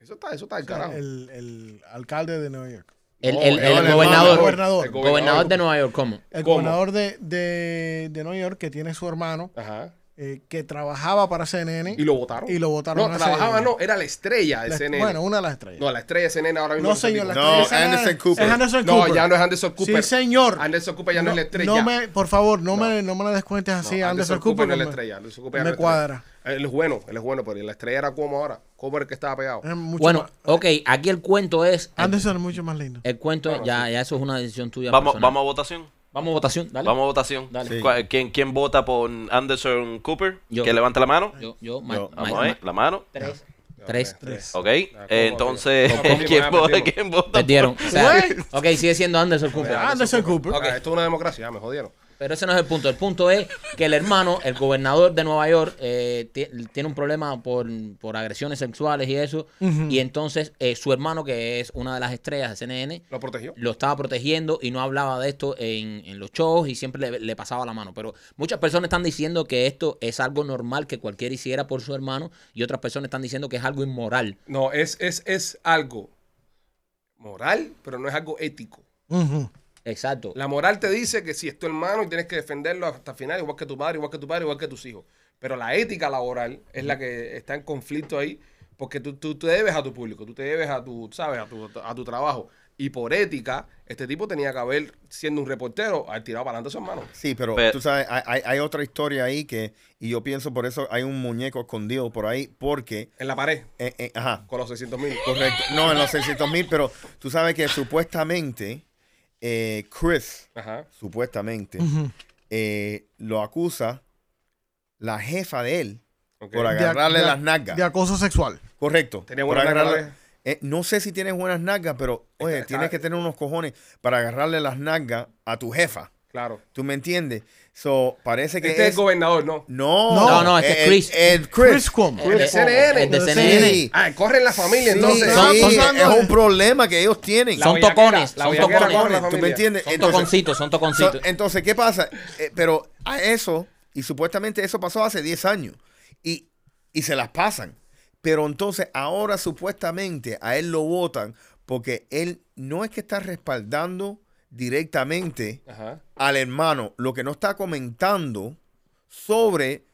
[SPEAKER 1] Eso está, eso está del carajo.
[SPEAKER 3] El, el alcalde de Nueva York.
[SPEAKER 2] El,
[SPEAKER 1] No,
[SPEAKER 2] el-
[SPEAKER 1] el
[SPEAKER 2] el
[SPEAKER 4] hermano,
[SPEAKER 2] gobernador.
[SPEAKER 3] El gobernador.
[SPEAKER 1] El
[SPEAKER 2] Gobernador de Nueva York, ¿cómo?
[SPEAKER 3] El
[SPEAKER 1] ¿Cómo?
[SPEAKER 3] gobernador de, de- de Nueva York que tiene su hermano
[SPEAKER 1] Ajá.
[SPEAKER 3] eh, que trabajaba para CNN.
[SPEAKER 1] Y lo votaron.
[SPEAKER 3] Y lo votaron
[SPEAKER 1] No,
[SPEAKER 3] a
[SPEAKER 1] trabajaba,
[SPEAKER 3] CNN.
[SPEAKER 1] no, era la estrella de
[SPEAKER 3] La-
[SPEAKER 1] CNN.
[SPEAKER 3] Bueno, una de las estrellas.
[SPEAKER 1] no, la estrella de CNN ahora mismo.
[SPEAKER 3] No,
[SPEAKER 1] se
[SPEAKER 3] señor. la estrella
[SPEAKER 4] No,
[SPEAKER 3] es
[SPEAKER 4] Anderson Cooper.
[SPEAKER 3] Es Anderson
[SPEAKER 1] No,
[SPEAKER 3] Cooper.
[SPEAKER 1] ya no es Anderson Cooper.
[SPEAKER 3] Sí, señor.
[SPEAKER 1] Anderson Cooper ya no, es la estrella.
[SPEAKER 3] No me, por favor, no, Me, no me la descuentes así.
[SPEAKER 1] No,
[SPEAKER 3] Anderson, Cooper,
[SPEAKER 1] no es la
[SPEAKER 3] me-
[SPEAKER 1] estrella. Anderson Cooper ya
[SPEAKER 3] me
[SPEAKER 1] no es la estrella. Eh,
[SPEAKER 3] cuadra.
[SPEAKER 1] Él es bueno, él es bueno, pero la estrella era como ahora. Como el que estaba pegado.
[SPEAKER 3] es mucho
[SPEAKER 2] Bueno, oh,
[SPEAKER 3] más-
[SPEAKER 2] eh. ok, aquí el cuento es. El,
[SPEAKER 3] Anderson es mucho más lindo.
[SPEAKER 2] el cuento es. Ya, ya eso es una decisión tuya.
[SPEAKER 5] Vamos,
[SPEAKER 2] personal.
[SPEAKER 5] vamos a votación.
[SPEAKER 2] Vamos a votación. Dale.
[SPEAKER 5] Vamos a votación.
[SPEAKER 2] Dale.
[SPEAKER 4] Sí.
[SPEAKER 5] ¿Cuál- ¿Quién, ¿Quién vota por Anderson Cooper?
[SPEAKER 2] Yo.
[SPEAKER 5] Que levanta la mano.
[SPEAKER 2] Yo, yo, Ma-
[SPEAKER 4] Yo,
[SPEAKER 5] Vamos
[SPEAKER 2] Ma-
[SPEAKER 5] a ver, la mano.
[SPEAKER 2] Ma- Tres. Tres.
[SPEAKER 5] Ok.
[SPEAKER 1] ¿cómo,
[SPEAKER 5] eh, entonces,
[SPEAKER 1] tío? No, perdimos,
[SPEAKER 5] <laughs> ¿quién,
[SPEAKER 1] ya
[SPEAKER 5] vota-
[SPEAKER 1] perdimos.
[SPEAKER 5] quién vota?
[SPEAKER 2] Perdieron. O sea, ok, sigue siendo Anderson Cooper.
[SPEAKER 3] Anderson Cooper.
[SPEAKER 1] Ah, esto es una democracia, ya me jodieron.
[SPEAKER 2] Pero ese no es el punto. El punto es que el hermano, el gobernador de Nueva York, eh, ti- tiene un problema por, por agresiones sexuales y eso. Y entonces eh, su hermano, que es una de las estrellas de CNN,
[SPEAKER 1] Lo protegió.
[SPEAKER 2] lo estaba protegiendo y no hablaba de esto en, en los shows y siempre le, le pasaba la mano. Pero muchas personas están diciendo que esto es algo normal que cualquiera hiciera por su hermano y otras personas están diciendo que es algo inmoral.
[SPEAKER 1] No, es, es, es algo moral, pero no es algo ético.
[SPEAKER 3] Ujú.
[SPEAKER 2] Exacto.
[SPEAKER 1] La moral te dice que si es tu hermano y tienes que defenderlo hasta el final, igual que tu padre, igual que tu padre, igual que tus hijos. Pero la ética laboral es la que está en conflicto ahí, porque tú, tú te debes a tu público, tú te debes a tu, ¿sabes? A tu, a tu trabajo. Y por ética, este tipo tenía que haber, siendo un reportero, haber tirado para adelante a su hermano.
[SPEAKER 4] Sí, pero,
[SPEAKER 5] Pero-
[SPEAKER 4] tú sabes, hay, hay- hay otra historia ahí que, y yo pienso por eso hay un muñeco escondido por ahí, porque,
[SPEAKER 1] En la pared,
[SPEAKER 4] eh, eh, ajá,
[SPEAKER 1] con los 600 mil.
[SPEAKER 4] correcto, no, en los 600 mil, pero tú sabes que supuestamente eh, Chris,
[SPEAKER 1] Ajá.
[SPEAKER 4] supuestamente, eh, lo acusa la jefa de él
[SPEAKER 1] ok.
[SPEAKER 4] por
[SPEAKER 3] De-
[SPEAKER 4] agarrarle
[SPEAKER 3] de-
[SPEAKER 4] las nalgas.
[SPEAKER 3] De acoso sexual.
[SPEAKER 4] Correcto.
[SPEAKER 1] Tenía
[SPEAKER 4] Por
[SPEAKER 1] buenas nalgas
[SPEAKER 4] agarrarle-
[SPEAKER 1] la vez.
[SPEAKER 4] Eh, no sé si tienes buenas nalgas, pero oye,
[SPEAKER 1] Está-
[SPEAKER 4] tienes
[SPEAKER 1] está-
[SPEAKER 4] que tener unos cojones para agarrarle las nalgas a tu jefa.
[SPEAKER 1] Claro.
[SPEAKER 4] ¿Tú me entiendes? So, parece que
[SPEAKER 1] Este es el
[SPEAKER 4] es-
[SPEAKER 1] gobernador, ¿no?
[SPEAKER 4] no,
[SPEAKER 3] No,
[SPEAKER 2] no, este es Chris.
[SPEAKER 4] El, el Chris.
[SPEAKER 3] Chris Eh. Cuomo.
[SPEAKER 2] El de-
[SPEAKER 1] CNN.
[SPEAKER 2] el de
[SPEAKER 3] Sí.
[SPEAKER 2] CNN.
[SPEAKER 4] Sí.
[SPEAKER 1] Ah, corre en la familia,
[SPEAKER 4] Sí,
[SPEAKER 1] entonces.
[SPEAKER 4] sí,
[SPEAKER 3] Son- son-
[SPEAKER 4] es un problema que ellos tienen.
[SPEAKER 1] La
[SPEAKER 2] Son
[SPEAKER 1] bellaquera,
[SPEAKER 2] tocones,
[SPEAKER 1] la
[SPEAKER 2] son
[SPEAKER 1] bellaquera
[SPEAKER 2] tocones.
[SPEAKER 1] corre en la
[SPEAKER 4] ¿Tú me
[SPEAKER 1] familia.
[SPEAKER 4] entiendes?
[SPEAKER 2] Son
[SPEAKER 4] Entonces,
[SPEAKER 2] toconcitos, son
[SPEAKER 4] so-
[SPEAKER 2] toconcitos.
[SPEAKER 4] entonces, ¿qué pasa? Eh, pero a eso, y supuestamente eso pasó hace 10 años, y, y se las pasan. Pero entonces ahora supuestamente a él lo votan porque él no es que está respaldando directamente
[SPEAKER 1] Ajá.
[SPEAKER 4] al hermano lo que no está comentando sobre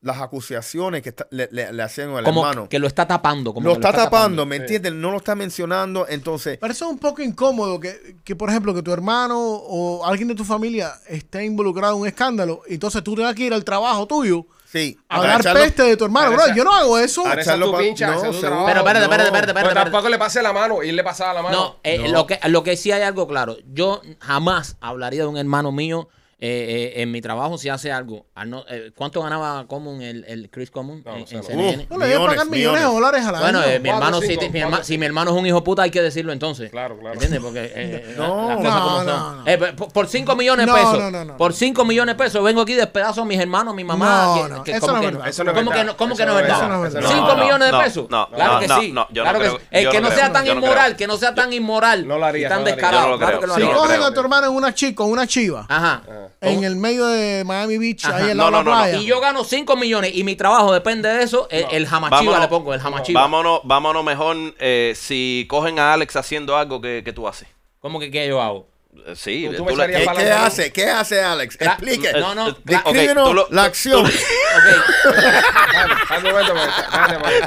[SPEAKER 4] las acusaciones que está- le, le- le hacían al
[SPEAKER 2] como
[SPEAKER 4] eh, hermano.
[SPEAKER 2] que lo está tapando. Como
[SPEAKER 4] lo
[SPEAKER 2] que
[SPEAKER 4] está, tapando, ¿me entiendes? No lo está mencionando, entonces...
[SPEAKER 3] Pero eso es un poco incómodo que, que, por ejemplo, que tu hermano o alguien de tu familia esté involucrado en un escándalo y entonces tú tengas que ir al trabajo tuyo
[SPEAKER 4] Sí.
[SPEAKER 3] a
[SPEAKER 4] para
[SPEAKER 3] dar
[SPEAKER 4] echarlo-
[SPEAKER 3] peste de tu hermano.
[SPEAKER 1] Pero
[SPEAKER 3] Bro,
[SPEAKER 1] esa-
[SPEAKER 3] yo no hago eso.
[SPEAKER 4] para
[SPEAKER 1] Pero esa es
[SPEAKER 4] echarlo
[SPEAKER 1] tu
[SPEAKER 4] pa-
[SPEAKER 1] pincha, esa es tu
[SPEAKER 4] seguro.
[SPEAKER 1] trabajo.
[SPEAKER 2] Pero espérate, espérate, espérate,
[SPEAKER 1] Pero
[SPEAKER 2] espérate. espérate.
[SPEAKER 1] tampoco le pasé la mano y él le pasaba la mano.
[SPEAKER 2] No, eh,
[SPEAKER 4] No.
[SPEAKER 2] Lo, que, lo que sí hay algo claro. Yo jamás hablaría de un hermano mío eh, eh, en mi trabajo si hace algo. Al no- eh, ¿Cuánto ganaba Common, el, el Chris Common
[SPEAKER 1] No,
[SPEAKER 2] en,
[SPEAKER 1] no sé,
[SPEAKER 2] en
[SPEAKER 1] no.
[SPEAKER 2] CNN?
[SPEAKER 3] Bueno, ellos
[SPEAKER 4] millones,
[SPEAKER 3] pagan millones de
[SPEAKER 4] millones.
[SPEAKER 3] dólares al año.
[SPEAKER 2] Bueno, eh, mi
[SPEAKER 1] Cuatro,
[SPEAKER 2] hermano, sí
[SPEAKER 1] cinco,
[SPEAKER 2] te- mi herma-
[SPEAKER 1] cuatro.
[SPEAKER 2] si mi hermano es un hijo puta, hay que decirlo entonces.
[SPEAKER 1] Claro, claro.
[SPEAKER 2] ¿Entiendes? Porque. eh,
[SPEAKER 4] No.
[SPEAKER 2] las cosas como
[SPEAKER 3] No, no, no.
[SPEAKER 2] son. Eh, por- por 5 millones de
[SPEAKER 3] No,
[SPEAKER 2] pesos.
[SPEAKER 3] no, no, no.
[SPEAKER 2] Por 5 millones de pesos vengo aquí y despedazo a mis hermanos, a mi mamá.
[SPEAKER 3] No,
[SPEAKER 2] que-
[SPEAKER 3] no,
[SPEAKER 2] que-
[SPEAKER 3] eso
[SPEAKER 2] ¿cómo
[SPEAKER 3] no es
[SPEAKER 2] que
[SPEAKER 3] verdad.
[SPEAKER 1] Eso no es
[SPEAKER 2] ¿Cómo
[SPEAKER 1] verdad.
[SPEAKER 2] que no, cómo que
[SPEAKER 1] Eso
[SPEAKER 2] no es verdad?
[SPEAKER 3] no es verdad.
[SPEAKER 2] Cinco
[SPEAKER 5] No, no,
[SPEAKER 2] millones de
[SPEAKER 5] no,
[SPEAKER 2] pesos.
[SPEAKER 5] no,
[SPEAKER 2] claro
[SPEAKER 5] no,
[SPEAKER 2] que
[SPEAKER 5] no,
[SPEAKER 2] sí.
[SPEAKER 5] no, yo
[SPEAKER 2] claro
[SPEAKER 5] no
[SPEAKER 2] que
[SPEAKER 5] creo,
[SPEAKER 2] sí. El
[SPEAKER 5] yo
[SPEAKER 2] que
[SPEAKER 5] no
[SPEAKER 2] no
[SPEAKER 5] creo.
[SPEAKER 2] sea tan
[SPEAKER 5] Yo no creo.
[SPEAKER 2] inmoral, que no sea tan inmoral
[SPEAKER 1] No lo haría,
[SPEAKER 2] y tan
[SPEAKER 1] no lo haría.
[SPEAKER 2] descarado.
[SPEAKER 5] Yo no lo
[SPEAKER 2] claro
[SPEAKER 5] creo,
[SPEAKER 2] que lo
[SPEAKER 5] yo
[SPEAKER 3] Si
[SPEAKER 5] no
[SPEAKER 2] haría.
[SPEAKER 5] lo
[SPEAKER 3] cogen
[SPEAKER 5] creo.
[SPEAKER 3] a tu hermano en una chica, en una chiva,
[SPEAKER 2] Ajá.
[SPEAKER 3] en el medio de Miami Beach,
[SPEAKER 2] Ah, Ajá.
[SPEAKER 3] ahí al lado
[SPEAKER 5] No, no,
[SPEAKER 3] de la
[SPEAKER 5] no, no.
[SPEAKER 3] playa.
[SPEAKER 2] Y yo gano 5 millones y mi trabajo depende de eso. El, el jamachiva
[SPEAKER 5] Vámonos.
[SPEAKER 2] le pongo, el jamachiva.
[SPEAKER 5] Vámonos, vámonos mejor eh, si cogen a Alex haciendo algo que, que tú haces.
[SPEAKER 2] ¿Cómo que qué yo hago?
[SPEAKER 5] Eh, Sí,
[SPEAKER 1] Tú- tú
[SPEAKER 5] tú
[SPEAKER 1] me
[SPEAKER 5] le-
[SPEAKER 1] echarías
[SPEAKER 4] ¿Qué,
[SPEAKER 1] para
[SPEAKER 4] qué
[SPEAKER 1] la mano.
[SPEAKER 4] hace? ¿Qué hace Alex?
[SPEAKER 2] Cla-
[SPEAKER 4] Explique.
[SPEAKER 2] No, no,
[SPEAKER 5] Eh,
[SPEAKER 2] cla-
[SPEAKER 5] ok,
[SPEAKER 4] Escríbenos
[SPEAKER 5] tú lo-
[SPEAKER 4] la acción.
[SPEAKER 2] Ok.
[SPEAKER 1] Dale, dale un momento, momento, dale, momento.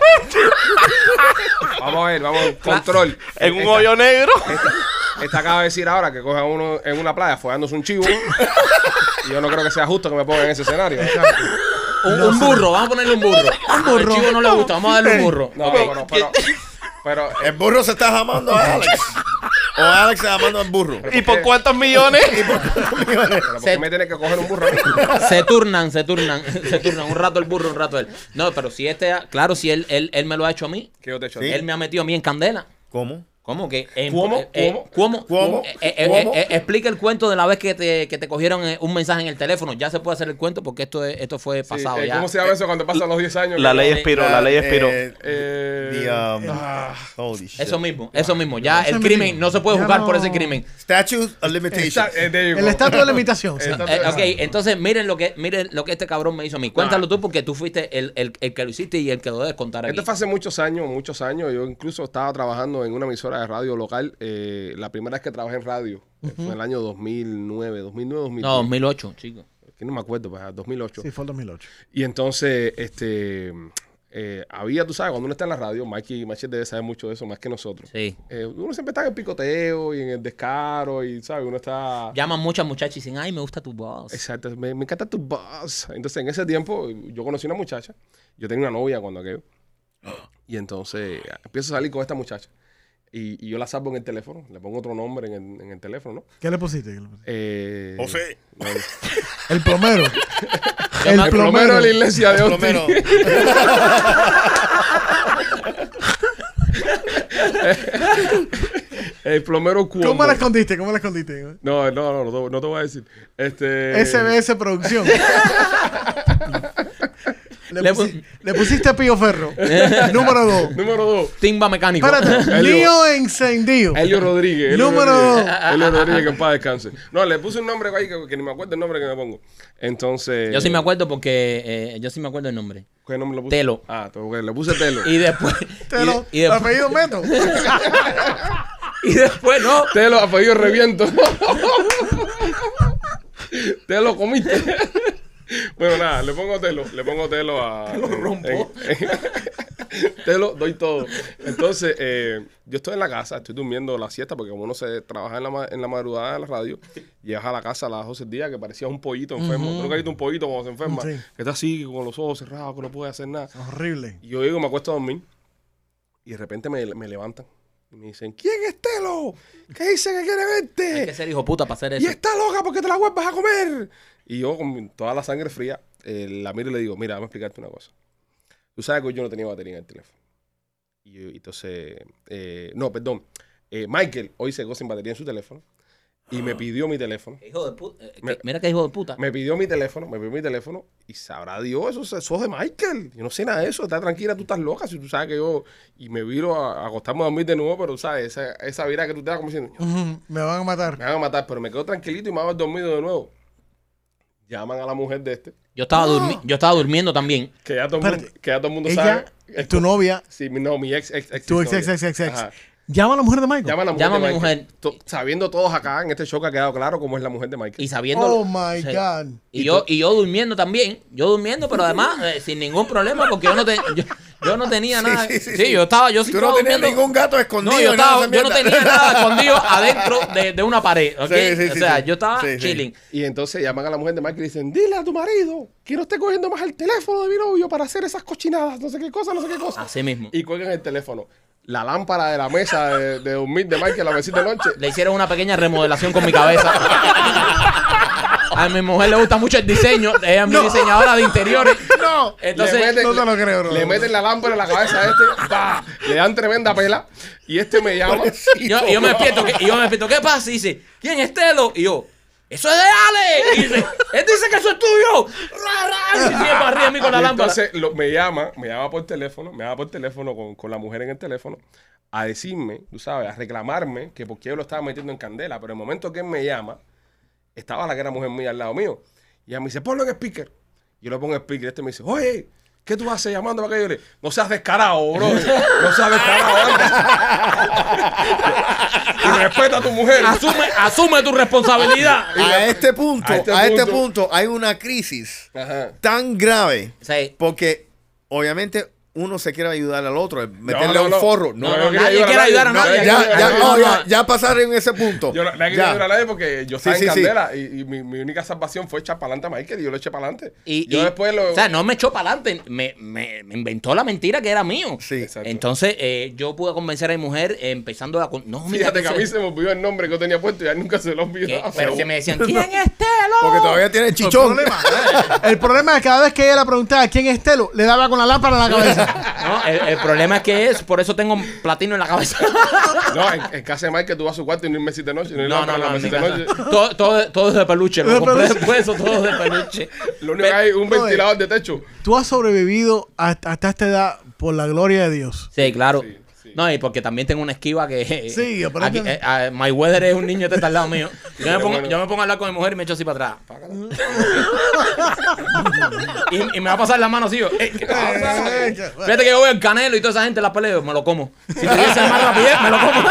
[SPEAKER 1] Vamos a ver, vamos a ver. Control.
[SPEAKER 5] en un
[SPEAKER 1] Esta-
[SPEAKER 2] <laughs>
[SPEAKER 5] hoyo negro.
[SPEAKER 1] Esta, acaba de decir ahora que coge a uno en una playa follándose un chivo. y yo no creo que sea justo que me pongan en ese escenario.
[SPEAKER 2] Un, un burro, vamos a ponerle un burro. Un burro. chivo no le gusta, vamos a darle un burro.
[SPEAKER 1] No, pero, pero, pero,
[SPEAKER 4] El burro se está jamando a <laughs> Alex. O Alex se está jamando al burro.
[SPEAKER 5] ¿Y por
[SPEAKER 2] <laughs>
[SPEAKER 5] cuántos millones?
[SPEAKER 1] pero ¿por qué me tiene este, que coger un burro a mí?
[SPEAKER 2] Se turnan, se turnan, <laughs> se turnan. Un rato el burro, un rato él. No, pero si este, claro, si él, él, él me lo ha hecho a mí,
[SPEAKER 1] Que yo te echo.
[SPEAKER 4] Sí.
[SPEAKER 2] él me ha metido a mí en candela.
[SPEAKER 4] ¿Cómo?
[SPEAKER 2] ¿Cómo que? en-
[SPEAKER 1] ¿Cómo?
[SPEAKER 2] eh, eh, ¿Cómo?
[SPEAKER 4] ¿Cómo?
[SPEAKER 2] Eh, eh, eh,
[SPEAKER 4] ¿Cómo?
[SPEAKER 2] eh, explica el cuento de la vez que te, que te cogieron eh, un mensaje en el teléfono. Ya se puede hacer el cuento porque esto, es- esto fue
[SPEAKER 1] Sí,
[SPEAKER 2] pasado
[SPEAKER 1] eh,
[SPEAKER 2] ya.
[SPEAKER 1] ¿Cómo se llama eso cuando pasan los 10 años?
[SPEAKER 5] La
[SPEAKER 1] Que-
[SPEAKER 5] ley expiró, la ley expiró.
[SPEAKER 4] Eh, the,
[SPEAKER 1] Eh,
[SPEAKER 4] um, holy shit.
[SPEAKER 2] Eso mismo,
[SPEAKER 1] Ah,
[SPEAKER 2] eso mismo. Ya el
[SPEAKER 3] Ese
[SPEAKER 2] crimen
[SPEAKER 3] mismo.
[SPEAKER 2] no se puede
[SPEAKER 3] Ya
[SPEAKER 2] juzgar
[SPEAKER 3] no.
[SPEAKER 2] por ese crimen.
[SPEAKER 4] Statute of limitations.
[SPEAKER 1] está- eh, there you
[SPEAKER 3] El
[SPEAKER 1] go.
[SPEAKER 3] estatus de la imitación. sí.
[SPEAKER 1] Está-
[SPEAKER 2] Eh, ok, entonces miren lo que miren lo que este cabrón me hizo a mí. Cuéntalo tú porque tú fuiste el, el- el que lo hiciste y el que lo debes contar aquí.
[SPEAKER 1] Esto fue hace muchos años, muchos años. Yo incluso estaba trabajando en una emisora de radio local. eh, la primera vez que trabajé en radio eh, fue en el año 2009, 2009, 2010.
[SPEAKER 2] No, 2008, chico.
[SPEAKER 1] que no me acuerdo, pues, ah, para 2008.
[SPEAKER 3] Sí, fue el 2008.
[SPEAKER 1] Y entonces, este, eh, había, tú sabes, cuando uno está en la radio, Mikey Machete debe saber mucho de eso, más que nosotros.
[SPEAKER 2] Sí.
[SPEAKER 1] Eh, uno siempre está en el picoteo y en el descaro y, ¿sabes? Uno está...
[SPEAKER 2] Llaman muchas muchachas y dicen, ay, me gusta tu voz.
[SPEAKER 1] Exacto, me, me encanta tu voz. Entonces, en ese tiempo, yo conocí una muchacha. Yo tenía una novia cuando aquello. Y entonces, empiezo a salir con esta muchacha. Y, y yo la salvo en el teléfono. Le pongo otro nombre en el, en el teléfono, ¿no?
[SPEAKER 3] ¿Qué le pusiste? ¿Qué le pusiste?
[SPEAKER 1] Eh,
[SPEAKER 6] José.
[SPEAKER 1] no,
[SPEAKER 3] El plomero.
[SPEAKER 1] el, plomero de la
[SPEAKER 3] el plomero.
[SPEAKER 1] iglesia de Austin. <laughs>
[SPEAKER 4] Plomero.
[SPEAKER 1] El plomero Cuomo.
[SPEAKER 3] ¿Cómo la escondiste? ¿Cómo la escondiste?
[SPEAKER 1] No, no, no, no, te- no te voy a decir. Este.
[SPEAKER 3] SBS Producción. Le,
[SPEAKER 2] Le
[SPEAKER 3] pusi-
[SPEAKER 2] pu-
[SPEAKER 3] le pusiste Pío Ferro. Número 2.
[SPEAKER 1] Número dos.
[SPEAKER 2] Timba
[SPEAKER 3] <laughs>
[SPEAKER 2] mecánico.
[SPEAKER 3] Espérate.
[SPEAKER 1] Elio.
[SPEAKER 3] Lío encendido.
[SPEAKER 1] Elio Rodríguez. Elio
[SPEAKER 3] Número
[SPEAKER 1] Rodríguez.
[SPEAKER 3] dos.
[SPEAKER 1] Elio Rodríguez, que en paz descanse. No, le puse un nombre ahí que, que ni me acuerdo el nombre que me pongo. Entonces.
[SPEAKER 2] Yo sí me acuerdo porque eh, yo sí me acuerdo el nombre.
[SPEAKER 1] ¿Qué nombre le puse?
[SPEAKER 2] Telo.
[SPEAKER 1] Ah, ok, le puse Telo.
[SPEAKER 2] Y después.
[SPEAKER 3] Te Este lo-
[SPEAKER 2] y, y después
[SPEAKER 3] apellido Metro.
[SPEAKER 2] y después no.
[SPEAKER 1] Telo, apellido reviento. <laughs> Te lo comiste. Bueno, nada, le pongo telo, le pongo telo a. Te lo rompo. <laughs> te lo doy todo. Entonces, eh, yo estoy en la casa, estoy durmiendo la siesta, porque como uno se trabaja en la, ma- en la madrugada en la radio, llegas a la casa a las 12 del día que parecía un pollito enfermo. Tú nunca has visto un pollito cuando se enferma,
[SPEAKER 3] Sí.
[SPEAKER 1] que está así, con los ojos cerrados, que no puede hacer nada. <laughs>
[SPEAKER 3] Horrible.
[SPEAKER 1] Y yo llego, me acuesto a dormir. Y de repente me, me levantan. Y me dicen, ¿quién es Telo? ¿Qué dice que quiere
[SPEAKER 2] Hay que
[SPEAKER 1] verte?
[SPEAKER 2] ser hijo puta para hacer
[SPEAKER 1] Y
[SPEAKER 2] eso.
[SPEAKER 1] está loca porque te la vuelvas a comer. Y yo con toda la sangre fría, eh, la miro y le digo, mira, vamos a explicarte una cosa. Tú sabes que yo no tenía batería en el teléfono. Y yo- y entonces, eh, no, perdón. Eh, Michael hoy se quedó sin batería en su teléfono. Y
[SPEAKER 2] Ah.
[SPEAKER 1] me pidió mi teléfono.
[SPEAKER 2] Hijo de puta. eh, que-
[SPEAKER 1] Me-
[SPEAKER 2] mira que hijo de puta.
[SPEAKER 1] Me pidió mi teléfono, me pidió mi teléfono y sabrá Dios, eso es eso es de Michael. Yo no sé nada de eso, está tranquila, tú estás loca, si tú sabes que yo. Y me viro a, a acostarme a dormir de nuevo, pero sabes, esa, esa vida que tú te das como diciendo,
[SPEAKER 3] Ujú, Me van a matar.
[SPEAKER 1] me van a matar, pero me quedo tranquilito y me voy a haber dormido de nuevo. Llaman a la mujer de este,
[SPEAKER 2] Yo estaba, durmi- yo estaba durmiendo también.
[SPEAKER 1] que ya todo el mundo,
[SPEAKER 3] Espérate.
[SPEAKER 1] que ya todo el mundo
[SPEAKER 3] Ella,
[SPEAKER 1] sabe.
[SPEAKER 3] tu novia,
[SPEAKER 1] Sí, mi- no, mi ex, ex, ex.
[SPEAKER 3] tu ex,
[SPEAKER 1] novia.
[SPEAKER 3] ex, ex, ex, ex.
[SPEAKER 1] Ajá.
[SPEAKER 3] Llama a la mujer de Michael.
[SPEAKER 1] Llama a la mujer.
[SPEAKER 2] Llama
[SPEAKER 1] de
[SPEAKER 2] a mi
[SPEAKER 1] Michael.
[SPEAKER 2] mujer.
[SPEAKER 1] To- sabiendo todos acá en este show que ha quedado claro cómo es la mujer de Michael.
[SPEAKER 2] Y sabiendo.
[SPEAKER 3] Oh my
[SPEAKER 2] o sea,
[SPEAKER 3] God.
[SPEAKER 2] Y yo, y yo durmiendo también. Yo durmiendo,
[SPEAKER 4] <laughs>
[SPEAKER 2] pero además eh, sin ningún problema porque yo no, te, yo, yo no tenía nada. Sí,
[SPEAKER 4] sí, sí, sí.
[SPEAKER 2] yo estaba. Yo sí
[SPEAKER 4] Tú no
[SPEAKER 2] estaba
[SPEAKER 4] tenías
[SPEAKER 2] durmiendo.
[SPEAKER 4] ningún gato escondido.
[SPEAKER 2] No, yo,
[SPEAKER 4] nada de esa
[SPEAKER 2] estaba, yo no
[SPEAKER 4] mierda.
[SPEAKER 2] tenía
[SPEAKER 4] <laughs>
[SPEAKER 2] nada escondido adentro de, de una pared. ¿ok?
[SPEAKER 4] Sí, sí,
[SPEAKER 2] o
[SPEAKER 4] sí,
[SPEAKER 2] sea,
[SPEAKER 4] sí.
[SPEAKER 2] yo estaba
[SPEAKER 4] Sí, sí.
[SPEAKER 2] chilling.
[SPEAKER 1] Y entonces llaman a la mujer de Michael y dicen, dile a tu marido que no esté cogiendo más el teléfono de mi novio para hacer esas cochinadas, no sé qué cosa, no sé qué cosa.
[SPEAKER 2] Así mismo.
[SPEAKER 1] Y cuelgan el teléfono. La lámpara de la mesa de, de dormir de Michael, la mesita de noche.
[SPEAKER 2] Le hicieron una pequeña remodelación con mi cabeza. <laughs> A mi mujer le gusta mucho el diseño. Ella es mi diseñadora de interiores.
[SPEAKER 3] No.
[SPEAKER 2] Entonces,
[SPEAKER 1] le meten,
[SPEAKER 3] no te lo creo, bro.
[SPEAKER 1] le meten la lámpara en la cabeza a este, ¡pa! le dan tremenda pela. Y este me llama.
[SPEAKER 2] yo, yo me despierto. ¿qué- Y yo me despierto. ¿Qué pasa? Y dice, ¿quién es Telo? Y yo, ¡eso es de Ale! Y dice, él dice que eso es tuyo. Y sigue para arriba a mí <laughs> con la
[SPEAKER 1] Y
[SPEAKER 2] lámpara.
[SPEAKER 1] Entonces lo- me llama, me llama por teléfono, me llama por teléfono con, con la mujer en el teléfono a decirme, tú sabes, a reclamarme que porque yo lo estaba metiendo en candela. Pero el momento que él me llama, estaba la que era mujer mía al lado mío. Y ella me dice, ponlo en speaker. Yo lo pongo en speaker. Este me dice, oye, ¿qué tú haces llamando para que yo le No seas descarado, bro. No seas descarado. anda". y respeta a tu mujer.
[SPEAKER 4] Ah,
[SPEAKER 2] Asume, asume tu responsabilidad.
[SPEAKER 4] A este punto,
[SPEAKER 1] A
[SPEAKER 4] a
[SPEAKER 1] este
[SPEAKER 4] este,
[SPEAKER 1] punto.
[SPEAKER 4] punto. hay una crisis
[SPEAKER 1] Ajá.
[SPEAKER 4] tan grave
[SPEAKER 2] <laughs> O sea, eh,
[SPEAKER 4] porque obviamente uno se quiere ayudar al otro, meterle
[SPEAKER 1] no,
[SPEAKER 4] un
[SPEAKER 1] no.
[SPEAKER 4] forro. No,
[SPEAKER 2] no,
[SPEAKER 1] yo
[SPEAKER 2] no,
[SPEAKER 1] quería
[SPEAKER 2] nadie quiere ayudar a
[SPEAKER 4] no, ya,
[SPEAKER 2] nadie.
[SPEAKER 1] yo no,
[SPEAKER 4] ya,
[SPEAKER 1] yo
[SPEAKER 4] no,
[SPEAKER 1] no,
[SPEAKER 4] ya, ya pasaron en ese punto.
[SPEAKER 1] Yo no, no hay que
[SPEAKER 4] Ya.
[SPEAKER 1] ayudar a nadie porque yo estaba
[SPEAKER 4] Sí,
[SPEAKER 1] en
[SPEAKER 4] sí, sí.
[SPEAKER 1] candela y, y mi, mi única salvación fue echar para adelante a Michael y yo lo eché para adelante.
[SPEAKER 2] Y,
[SPEAKER 1] yo
[SPEAKER 2] y-
[SPEAKER 1] después lo.
[SPEAKER 2] O sea, no me echó para adelante, me, me- me inventó la mentira que era mío.
[SPEAKER 4] Sí.
[SPEAKER 1] Exacto.
[SPEAKER 2] Entonces, eh, yo pude convencer a mi mujer eh, empezando a... con- No,
[SPEAKER 1] <laughs>
[SPEAKER 2] mira,
[SPEAKER 1] Fíjate
[SPEAKER 2] que
[SPEAKER 1] que a
[SPEAKER 2] se-
[SPEAKER 1] mí se me olvidó el nombre que yo tenía puesto y ya nunca se lo olvidó. <laughs>
[SPEAKER 2] que- pero se me decían, ¿quién es Telo?
[SPEAKER 4] Porque todavía tiene chichón.
[SPEAKER 3] <laughs> El problema es que cada vez que ella le preguntaba quién es Telo, le daba con la lámpara en la cabeza.
[SPEAKER 2] No, el, el problema es que es, por eso tengo un platino en
[SPEAKER 1] <laughs>
[SPEAKER 2] la cabeza.
[SPEAKER 1] No, en, en casa de Michael tú vas a su cuarto y no hay mesita de noche. No, hay
[SPEAKER 2] No,
[SPEAKER 1] lámpara
[SPEAKER 2] no,
[SPEAKER 1] en la
[SPEAKER 2] no, en mi
[SPEAKER 1] mesita de
[SPEAKER 2] casa.
[SPEAKER 1] noche.
[SPEAKER 2] todo, todo, todo es de peluche,
[SPEAKER 3] De
[SPEAKER 2] lo compré
[SPEAKER 3] peluche.
[SPEAKER 2] después, eso todo es de peluche.
[SPEAKER 1] Lo único que hay es un
[SPEAKER 3] Brother.
[SPEAKER 1] ventilador de techo.
[SPEAKER 3] <laughs> Tú has sobrevivido hasta, hasta esta edad por la gloria de
[SPEAKER 2] <laughs>
[SPEAKER 3] Dios.
[SPEAKER 2] Sí, claro.
[SPEAKER 1] Sí, sí.
[SPEAKER 2] No, y porque también tengo una esquiva que. eh,
[SPEAKER 3] Sí, yo por
[SPEAKER 2] aquí,
[SPEAKER 3] ejemplo-
[SPEAKER 2] eh, ah, My Weather es un niño que está al lado mío. Yo me,
[SPEAKER 1] Pero
[SPEAKER 2] pongo,
[SPEAKER 1] bueno.
[SPEAKER 2] yo me pongo a hablar con mi mujer y me echo así para atrás. y, y me va a pasar la mano así. Yo, eh, ¿qué pasa? Fíjate que yo veo el canelo y toda esa gente la peleo, me lo como. Si tuviese más rapidez, me lo como.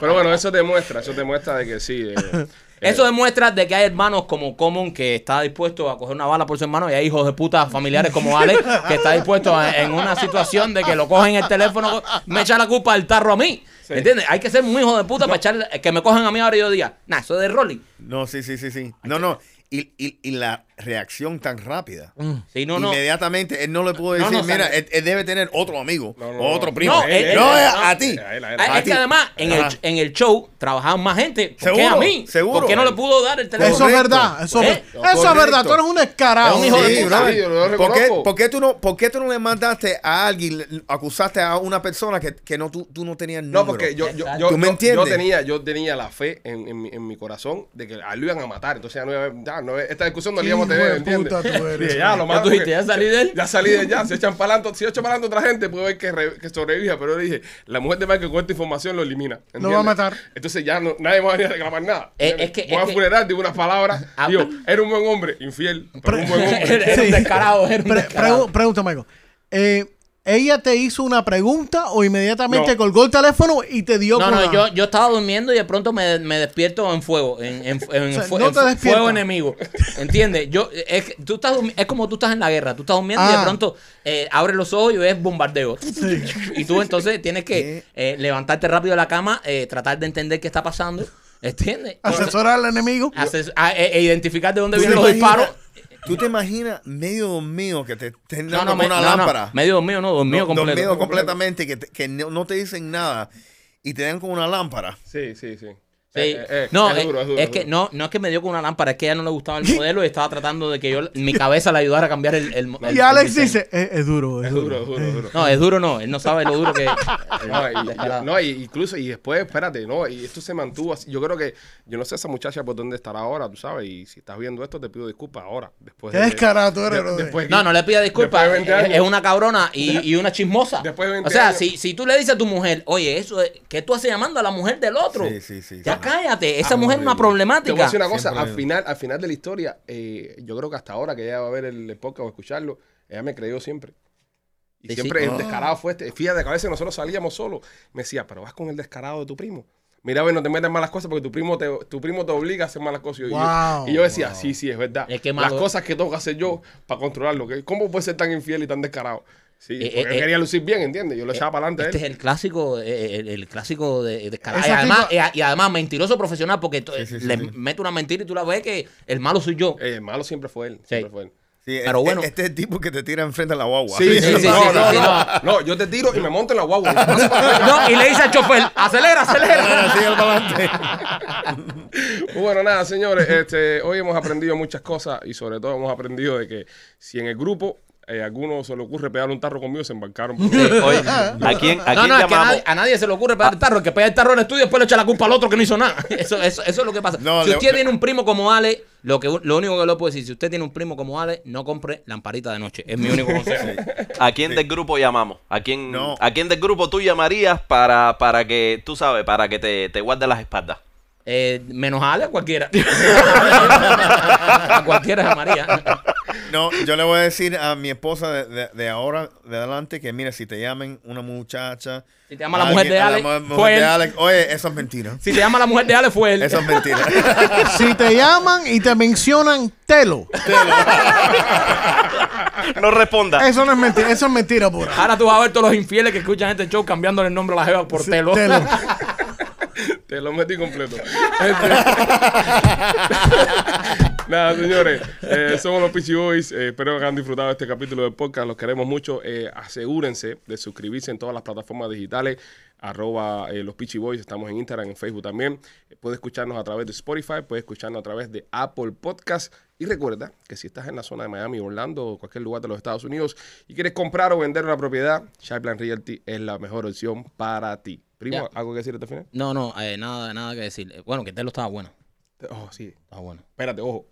[SPEAKER 2] <laughs>
[SPEAKER 1] Pero bueno, eso demuestra, eso demuestra de que sí. eh,
[SPEAKER 2] Eso demuestra de que hay hermanos como Common que está dispuesto a coger una bala por su hermano y hay hijos de puta familiares
[SPEAKER 4] <laughs>
[SPEAKER 2] como Alex que está dispuesto a- en una situación de que lo cogen el teléfono, me echa la culpa al tarro a mí. ¿Entiendes? Hay que ser un hijo de puta para echar que me cojan a mí ahora y yo diga, nah, eso es de Rolling.
[SPEAKER 4] No, sí, sí, sí, sí. No, no. Y, y- y la reacción tan rápida.
[SPEAKER 2] Mm. Sí, no, no.
[SPEAKER 4] Inmediatamente él no le pudo
[SPEAKER 2] No,
[SPEAKER 4] decir,
[SPEAKER 2] no,
[SPEAKER 4] mira,
[SPEAKER 2] sabe.
[SPEAKER 4] él, él debe tener otro amigo
[SPEAKER 1] No, no,
[SPEAKER 4] o otro
[SPEAKER 1] no.
[SPEAKER 4] primo.
[SPEAKER 2] No,
[SPEAKER 4] No,
[SPEAKER 2] él- él-
[SPEAKER 4] es
[SPEAKER 2] no.
[SPEAKER 4] a ti.
[SPEAKER 1] A él, a él.
[SPEAKER 2] Ah, Es
[SPEAKER 4] ti.
[SPEAKER 2] que además en el,
[SPEAKER 4] Ajá.
[SPEAKER 2] en el show trabajaban más gente. ¿Por qué a
[SPEAKER 4] Seguro,
[SPEAKER 2] mí?
[SPEAKER 4] seguro.
[SPEAKER 2] ¿Por qué no le pudo dar el teléfono?
[SPEAKER 3] Eso es
[SPEAKER 4] Correcto.
[SPEAKER 3] verdad. Eso, es ver-
[SPEAKER 2] ¿Eh?
[SPEAKER 3] eso es verdad.
[SPEAKER 4] Correcto.
[SPEAKER 3] Tú eres un
[SPEAKER 4] Es
[SPEAKER 3] escarado.
[SPEAKER 4] un hijo
[SPEAKER 1] Sí,
[SPEAKER 4] de puta.
[SPEAKER 1] sí, yo lo
[SPEAKER 4] ¿Por, qué,
[SPEAKER 1] reconozco.
[SPEAKER 4] por qué tú no, ¿Por qué tú no le mandaste a alguien, le- acusaste a una persona que, que no, tú, tú no tenías número?
[SPEAKER 1] No, porque yo, yo, yo,
[SPEAKER 4] ¿Tú me
[SPEAKER 1] yo-
[SPEAKER 4] entiendes?
[SPEAKER 1] yo tenía, yo tenía la fe en, en mi, en mi corazón de que a él lo iban a matar. Entonces ya no, iba a haber- ya no esta discusión no la íbamos a
[SPEAKER 3] Hijo de
[SPEAKER 1] tener, ¿entiendes?
[SPEAKER 3] puta tú eres.
[SPEAKER 1] Dije, <laughs> ya, lo
[SPEAKER 2] Ya
[SPEAKER 1] mato.
[SPEAKER 2] tú dijiste,
[SPEAKER 1] porque-
[SPEAKER 2] ya salí de él.
[SPEAKER 1] Ya salí de allá, se echan palando, si echan palando otra gente, puede ver que, re- que sobreviva, pero yo le dije, la mujer de Michael con esta información lo elimina.
[SPEAKER 3] Lo va a matar.
[SPEAKER 1] Entonces ya no, nadie me va a venir a reclamar nada.
[SPEAKER 2] Eh,
[SPEAKER 1] ¿entiendes?
[SPEAKER 2] es que-
[SPEAKER 1] Voy
[SPEAKER 2] es
[SPEAKER 1] a
[SPEAKER 2] que-
[SPEAKER 1] funeral, digo unas palabras,
[SPEAKER 2] Ah,
[SPEAKER 1] digo,
[SPEAKER 2] pero-
[SPEAKER 1] era un buen hombre, infiel, pero un
[SPEAKER 3] <laughs>
[SPEAKER 1] buen hombre.
[SPEAKER 2] Era era un
[SPEAKER 3] Sí.
[SPEAKER 2] descarado, era un
[SPEAKER 3] Pre-
[SPEAKER 2] descarado.
[SPEAKER 3] pregu- pregunta, Michael. Eh, ¿Ella te hizo una pregunta o inmediatamente
[SPEAKER 1] No.
[SPEAKER 3] colgó el teléfono y te dio
[SPEAKER 2] No,
[SPEAKER 3] con
[SPEAKER 2] no,
[SPEAKER 3] la-
[SPEAKER 2] yo, yo estaba durmiendo y de pronto me, me despierto en fuego, en,
[SPEAKER 4] <laughs>
[SPEAKER 2] en- en
[SPEAKER 3] sea,
[SPEAKER 2] fue-
[SPEAKER 3] no
[SPEAKER 2] en
[SPEAKER 3] te
[SPEAKER 2] fu-
[SPEAKER 3] despiertas.
[SPEAKER 2] fuego enemigo. ¿Entiendes? Yo, es, que tú estás, durmi- es como tú estás en la guerra, tú estás durmiendo y de
[SPEAKER 3] Ah.
[SPEAKER 2] pronto eh, abres los ojos y ves bombardeo. <laughs> Y tú entonces tienes que eh, levantarte rápido de la cama, eh, tratar de entender qué está pasando. ¿Entiendes?
[SPEAKER 3] asesorar al enemigo.
[SPEAKER 2] Ases- a- e- e identificar de dónde
[SPEAKER 4] Ah. ¿Tú te
[SPEAKER 2] vienen los
[SPEAKER 4] imaginas-
[SPEAKER 2] disparos.
[SPEAKER 4] ¿Tú te imanas medio dormido que te estén
[SPEAKER 2] No,
[SPEAKER 4] dando
[SPEAKER 2] no,
[SPEAKER 4] con
[SPEAKER 2] me-
[SPEAKER 4] una
[SPEAKER 2] no, no,
[SPEAKER 4] lámpara?
[SPEAKER 2] medio mío, no, dormido
[SPEAKER 4] No,
[SPEAKER 2] completo.
[SPEAKER 4] dormido completamente, que, te- que no, no te dicen nada y te dan con una lámpara.
[SPEAKER 1] Sí, sí, sí.
[SPEAKER 2] Sí.
[SPEAKER 1] Eh, eh, eh,
[SPEAKER 2] no,
[SPEAKER 1] es
[SPEAKER 2] es,
[SPEAKER 1] duro, es duro,
[SPEAKER 2] es
[SPEAKER 1] es
[SPEAKER 2] que
[SPEAKER 1] duro.
[SPEAKER 2] no, no es que me dio con una lámpara, es que a ella no le gustaba el modelo y estaba tratando de que yo mi cabeza le ayudara a cambiar el, el, el-
[SPEAKER 3] y Alex
[SPEAKER 2] el diseño.
[SPEAKER 3] dice, es, es duro, es,
[SPEAKER 1] Es duro,
[SPEAKER 3] duro.
[SPEAKER 1] es duro, es duro.
[SPEAKER 2] No, es duro no, él no sabe lo
[SPEAKER 1] <laughs>
[SPEAKER 2] duro que
[SPEAKER 1] No, y-
[SPEAKER 2] Descarado.
[SPEAKER 1] y, Eh, no, y incluso, y después, espérate, no, y esto se mantuvo así. Yo creo que, yo no sé esa muchacha por dónde estará ahora, tú sabes, y si estás viendo esto, te pido disculpas ahora. Después
[SPEAKER 2] Pues,
[SPEAKER 3] Qué
[SPEAKER 2] eh,
[SPEAKER 3] descarado tú eres, brother.
[SPEAKER 1] después que-
[SPEAKER 2] No, no le pida disculpas.
[SPEAKER 1] Después de 20
[SPEAKER 2] Es,
[SPEAKER 1] años.
[SPEAKER 2] es una cabrona y, y una chismosa.
[SPEAKER 1] Después de 20
[SPEAKER 2] o sea,
[SPEAKER 1] años.
[SPEAKER 2] si, si tú le dices a tu mujer, oye, eso es, ¿qué tú haces llamando a la mujer del otro?
[SPEAKER 4] Sí, Ah, sí, sí,
[SPEAKER 2] ya
[SPEAKER 4] sí.
[SPEAKER 2] cállate, esa mujer es una
[SPEAKER 1] Te voy a
[SPEAKER 2] problemática.
[SPEAKER 1] decir una cosa,
[SPEAKER 4] Siempre
[SPEAKER 1] al
[SPEAKER 4] hay-
[SPEAKER 1] final, al final de la historia, eh, yo creo que hasta ahora que ella va a ver el podcast o escucharlo, ella me creyó siempre. Y
[SPEAKER 2] Sí, Ah.
[SPEAKER 1] siempre
[SPEAKER 2] sí.
[SPEAKER 1] el descarado fue este. Fíjate que a veces nosotros salíamos solos. Me decía, pero vas con el descarado de tu primo. Mira, ve, no te metas en malas cosas porque tu primo te, tu primo te obliga a hacer malas cosas. Y yo- y yo-
[SPEAKER 3] Wow,
[SPEAKER 1] y yo decía, sí, sí, es verdad.
[SPEAKER 2] Es que
[SPEAKER 1] Las
[SPEAKER 2] malo-
[SPEAKER 1] cosas que tengo que hacer yo para controlarlo. que- ¿Cómo puede ser tan infiel y tan descarado? Sí,
[SPEAKER 2] Eh,
[SPEAKER 1] porque
[SPEAKER 2] eh,
[SPEAKER 1] yo quería lucir bien, ¿entiendes? Yo lo echaba para adelante a
[SPEAKER 2] Este es
[SPEAKER 1] él.
[SPEAKER 2] el clásico, eh, el, el clásico de, de cara- Y
[SPEAKER 3] Esa
[SPEAKER 2] además,
[SPEAKER 3] tipa-
[SPEAKER 2] y, y además, mentiroso profesional, porque to-
[SPEAKER 4] Sí, sí, sí,
[SPEAKER 2] le
[SPEAKER 4] sí.
[SPEAKER 2] mete una mentira y tú la ves que el malo soy yo.
[SPEAKER 1] Eh, el malo siempre fue él. Siempre
[SPEAKER 2] Sí.
[SPEAKER 1] fue él.
[SPEAKER 4] Sí,
[SPEAKER 2] Pero
[SPEAKER 4] este-
[SPEAKER 2] bueno.
[SPEAKER 4] Este es el tipo que te tira enfrente a la guagua.
[SPEAKER 1] Sí, sí,
[SPEAKER 2] sí, sí,
[SPEAKER 1] no,
[SPEAKER 2] sí,
[SPEAKER 1] no,
[SPEAKER 2] sí,
[SPEAKER 1] no, no, yo te tiro y me monto en la guagua.
[SPEAKER 2] <laughs> No, y le dice al chofer, acelera, acelera.
[SPEAKER 4] Sigue para adelante.
[SPEAKER 1] bueno, nada, señores, este, hoy hemos aprendido muchas cosas y sobre todo hemos aprendido de que si en el grupo eh, a alguno se le ocurre pegar un tarro conmigo, se
[SPEAKER 2] <laughs>
[SPEAKER 1] embarcaron. por-
[SPEAKER 5] Oye, ¿a quién, a
[SPEAKER 2] No,
[SPEAKER 5] quién
[SPEAKER 2] no, es que a
[SPEAKER 5] llamamos?
[SPEAKER 2] nadie, a nadie se le ocurre pegar el tarro. El que pega el tarro en el estudio después le echa la culpa al otro que no hizo nada. <laughs> Eso, eso, eso es lo que pasa.
[SPEAKER 4] No,
[SPEAKER 2] si
[SPEAKER 4] le-
[SPEAKER 2] usted tiene un primo como Ale, lo, que, lo único que le puedo decir, si usted tiene un primo como Ale, no compre lamparita de noche. Es mi
[SPEAKER 4] <laughs>
[SPEAKER 2] único consejo.
[SPEAKER 5] ¿A quién del grupo llamamos? ¿A quién,
[SPEAKER 4] No.
[SPEAKER 5] ¿A quién del grupo tú llamarías para, para que, tú sabes, para que te, te guarde
[SPEAKER 2] <laughs>
[SPEAKER 5] las espaldas?
[SPEAKER 2] Eh, menos a Ale, a
[SPEAKER 4] <laughs>
[SPEAKER 2] cualquiera. a cualquiera de María.
[SPEAKER 4] No, yo le voy a decir a mi esposa de, de- de ahora, de adelante, que mira, si te llamen una muchacha.
[SPEAKER 2] Si te llama la mujer de
[SPEAKER 4] a la
[SPEAKER 2] Alex,
[SPEAKER 4] mu- mujer
[SPEAKER 2] fue
[SPEAKER 4] de
[SPEAKER 2] él.
[SPEAKER 4] Alex, Oye, eso es mentira.
[SPEAKER 2] Si te llama la mujer de Ale, fue él.
[SPEAKER 4] Eso es mentira.
[SPEAKER 2] <laughs>
[SPEAKER 3] <laughs> Si te llaman y te mencionan telo,
[SPEAKER 5] No responda.
[SPEAKER 3] eso no es mentira, eso es mentira pura.
[SPEAKER 2] Ahora tú vas a ver todos los infieles que escuchan este show cambiándole el nombre a la jeva por telo.
[SPEAKER 3] Telo.
[SPEAKER 1] <laughs> Te lo metí completo. Este- <laughs> Nada, señores, eh, somos los Peachy Boys. Eh, espero que hayan disfrutado este capítulo del podcast. Los queremos mucho. Eh, asegúrense de suscribirse en todas las plataformas digitales. Arroba eh, los Peachy Boys. Estamos en Instagram, en Facebook también. Eh, Puede escucharnos a través de Spotify, puede escucharnos a través de Apple Podcast. Y recuerda que si estás en la zona de Miami, Orlando o cualquier lugar de los Estados Unidos y quieres comprar o vender una propiedad, Shyplan Realty es la mejor opción para ti. Primo,
[SPEAKER 2] Ya.
[SPEAKER 1] ¿algo que decir hasta el final?
[SPEAKER 2] <laughs> No, no, eh, nada, nada que decir. Eh, Bueno, que Telo estaba bueno.
[SPEAKER 1] Oh, sí.
[SPEAKER 2] Estaba bueno.
[SPEAKER 1] Espérate, ojo.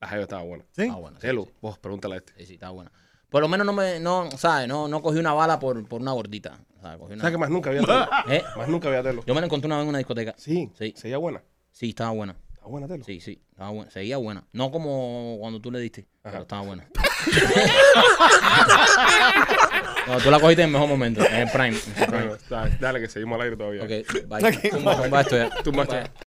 [SPEAKER 1] La jeva estaba buena.
[SPEAKER 3] ¿Sí?
[SPEAKER 2] Estaba bueno. sí,
[SPEAKER 1] Hello, vos, pregúntale a este.
[SPEAKER 2] Sí, sí, estaba buena. Por lo menos no me, no, ¿sabes? No, no cogí una bala por, por una gordita. ¿sabes? Cogí una-
[SPEAKER 1] ¿Sabes que más nunca había
[SPEAKER 2] <laughs>
[SPEAKER 1] telo?
[SPEAKER 2] ¿Eh?
[SPEAKER 1] Más nunca había telo.
[SPEAKER 2] Yo me la encontré una vez en una discoteca.
[SPEAKER 1] Sí,
[SPEAKER 2] Sí.
[SPEAKER 1] Sería buena.
[SPEAKER 2] Sí, estaba buena.
[SPEAKER 1] Estaba buena telo.
[SPEAKER 2] Sí, sí, estaba buena. Seguía buena. No como cuando tú le diste, pero estaba buena. <laughs> no, tú la cogiste en el mejor momento,
[SPEAKER 1] <laughs>
[SPEAKER 2] en el prime. En el prime.
[SPEAKER 1] Bueno, dale, dale que seguimos al aire todavía.
[SPEAKER 2] Ok, bye. Tumba, tumba esto ya.
[SPEAKER 1] Tú más.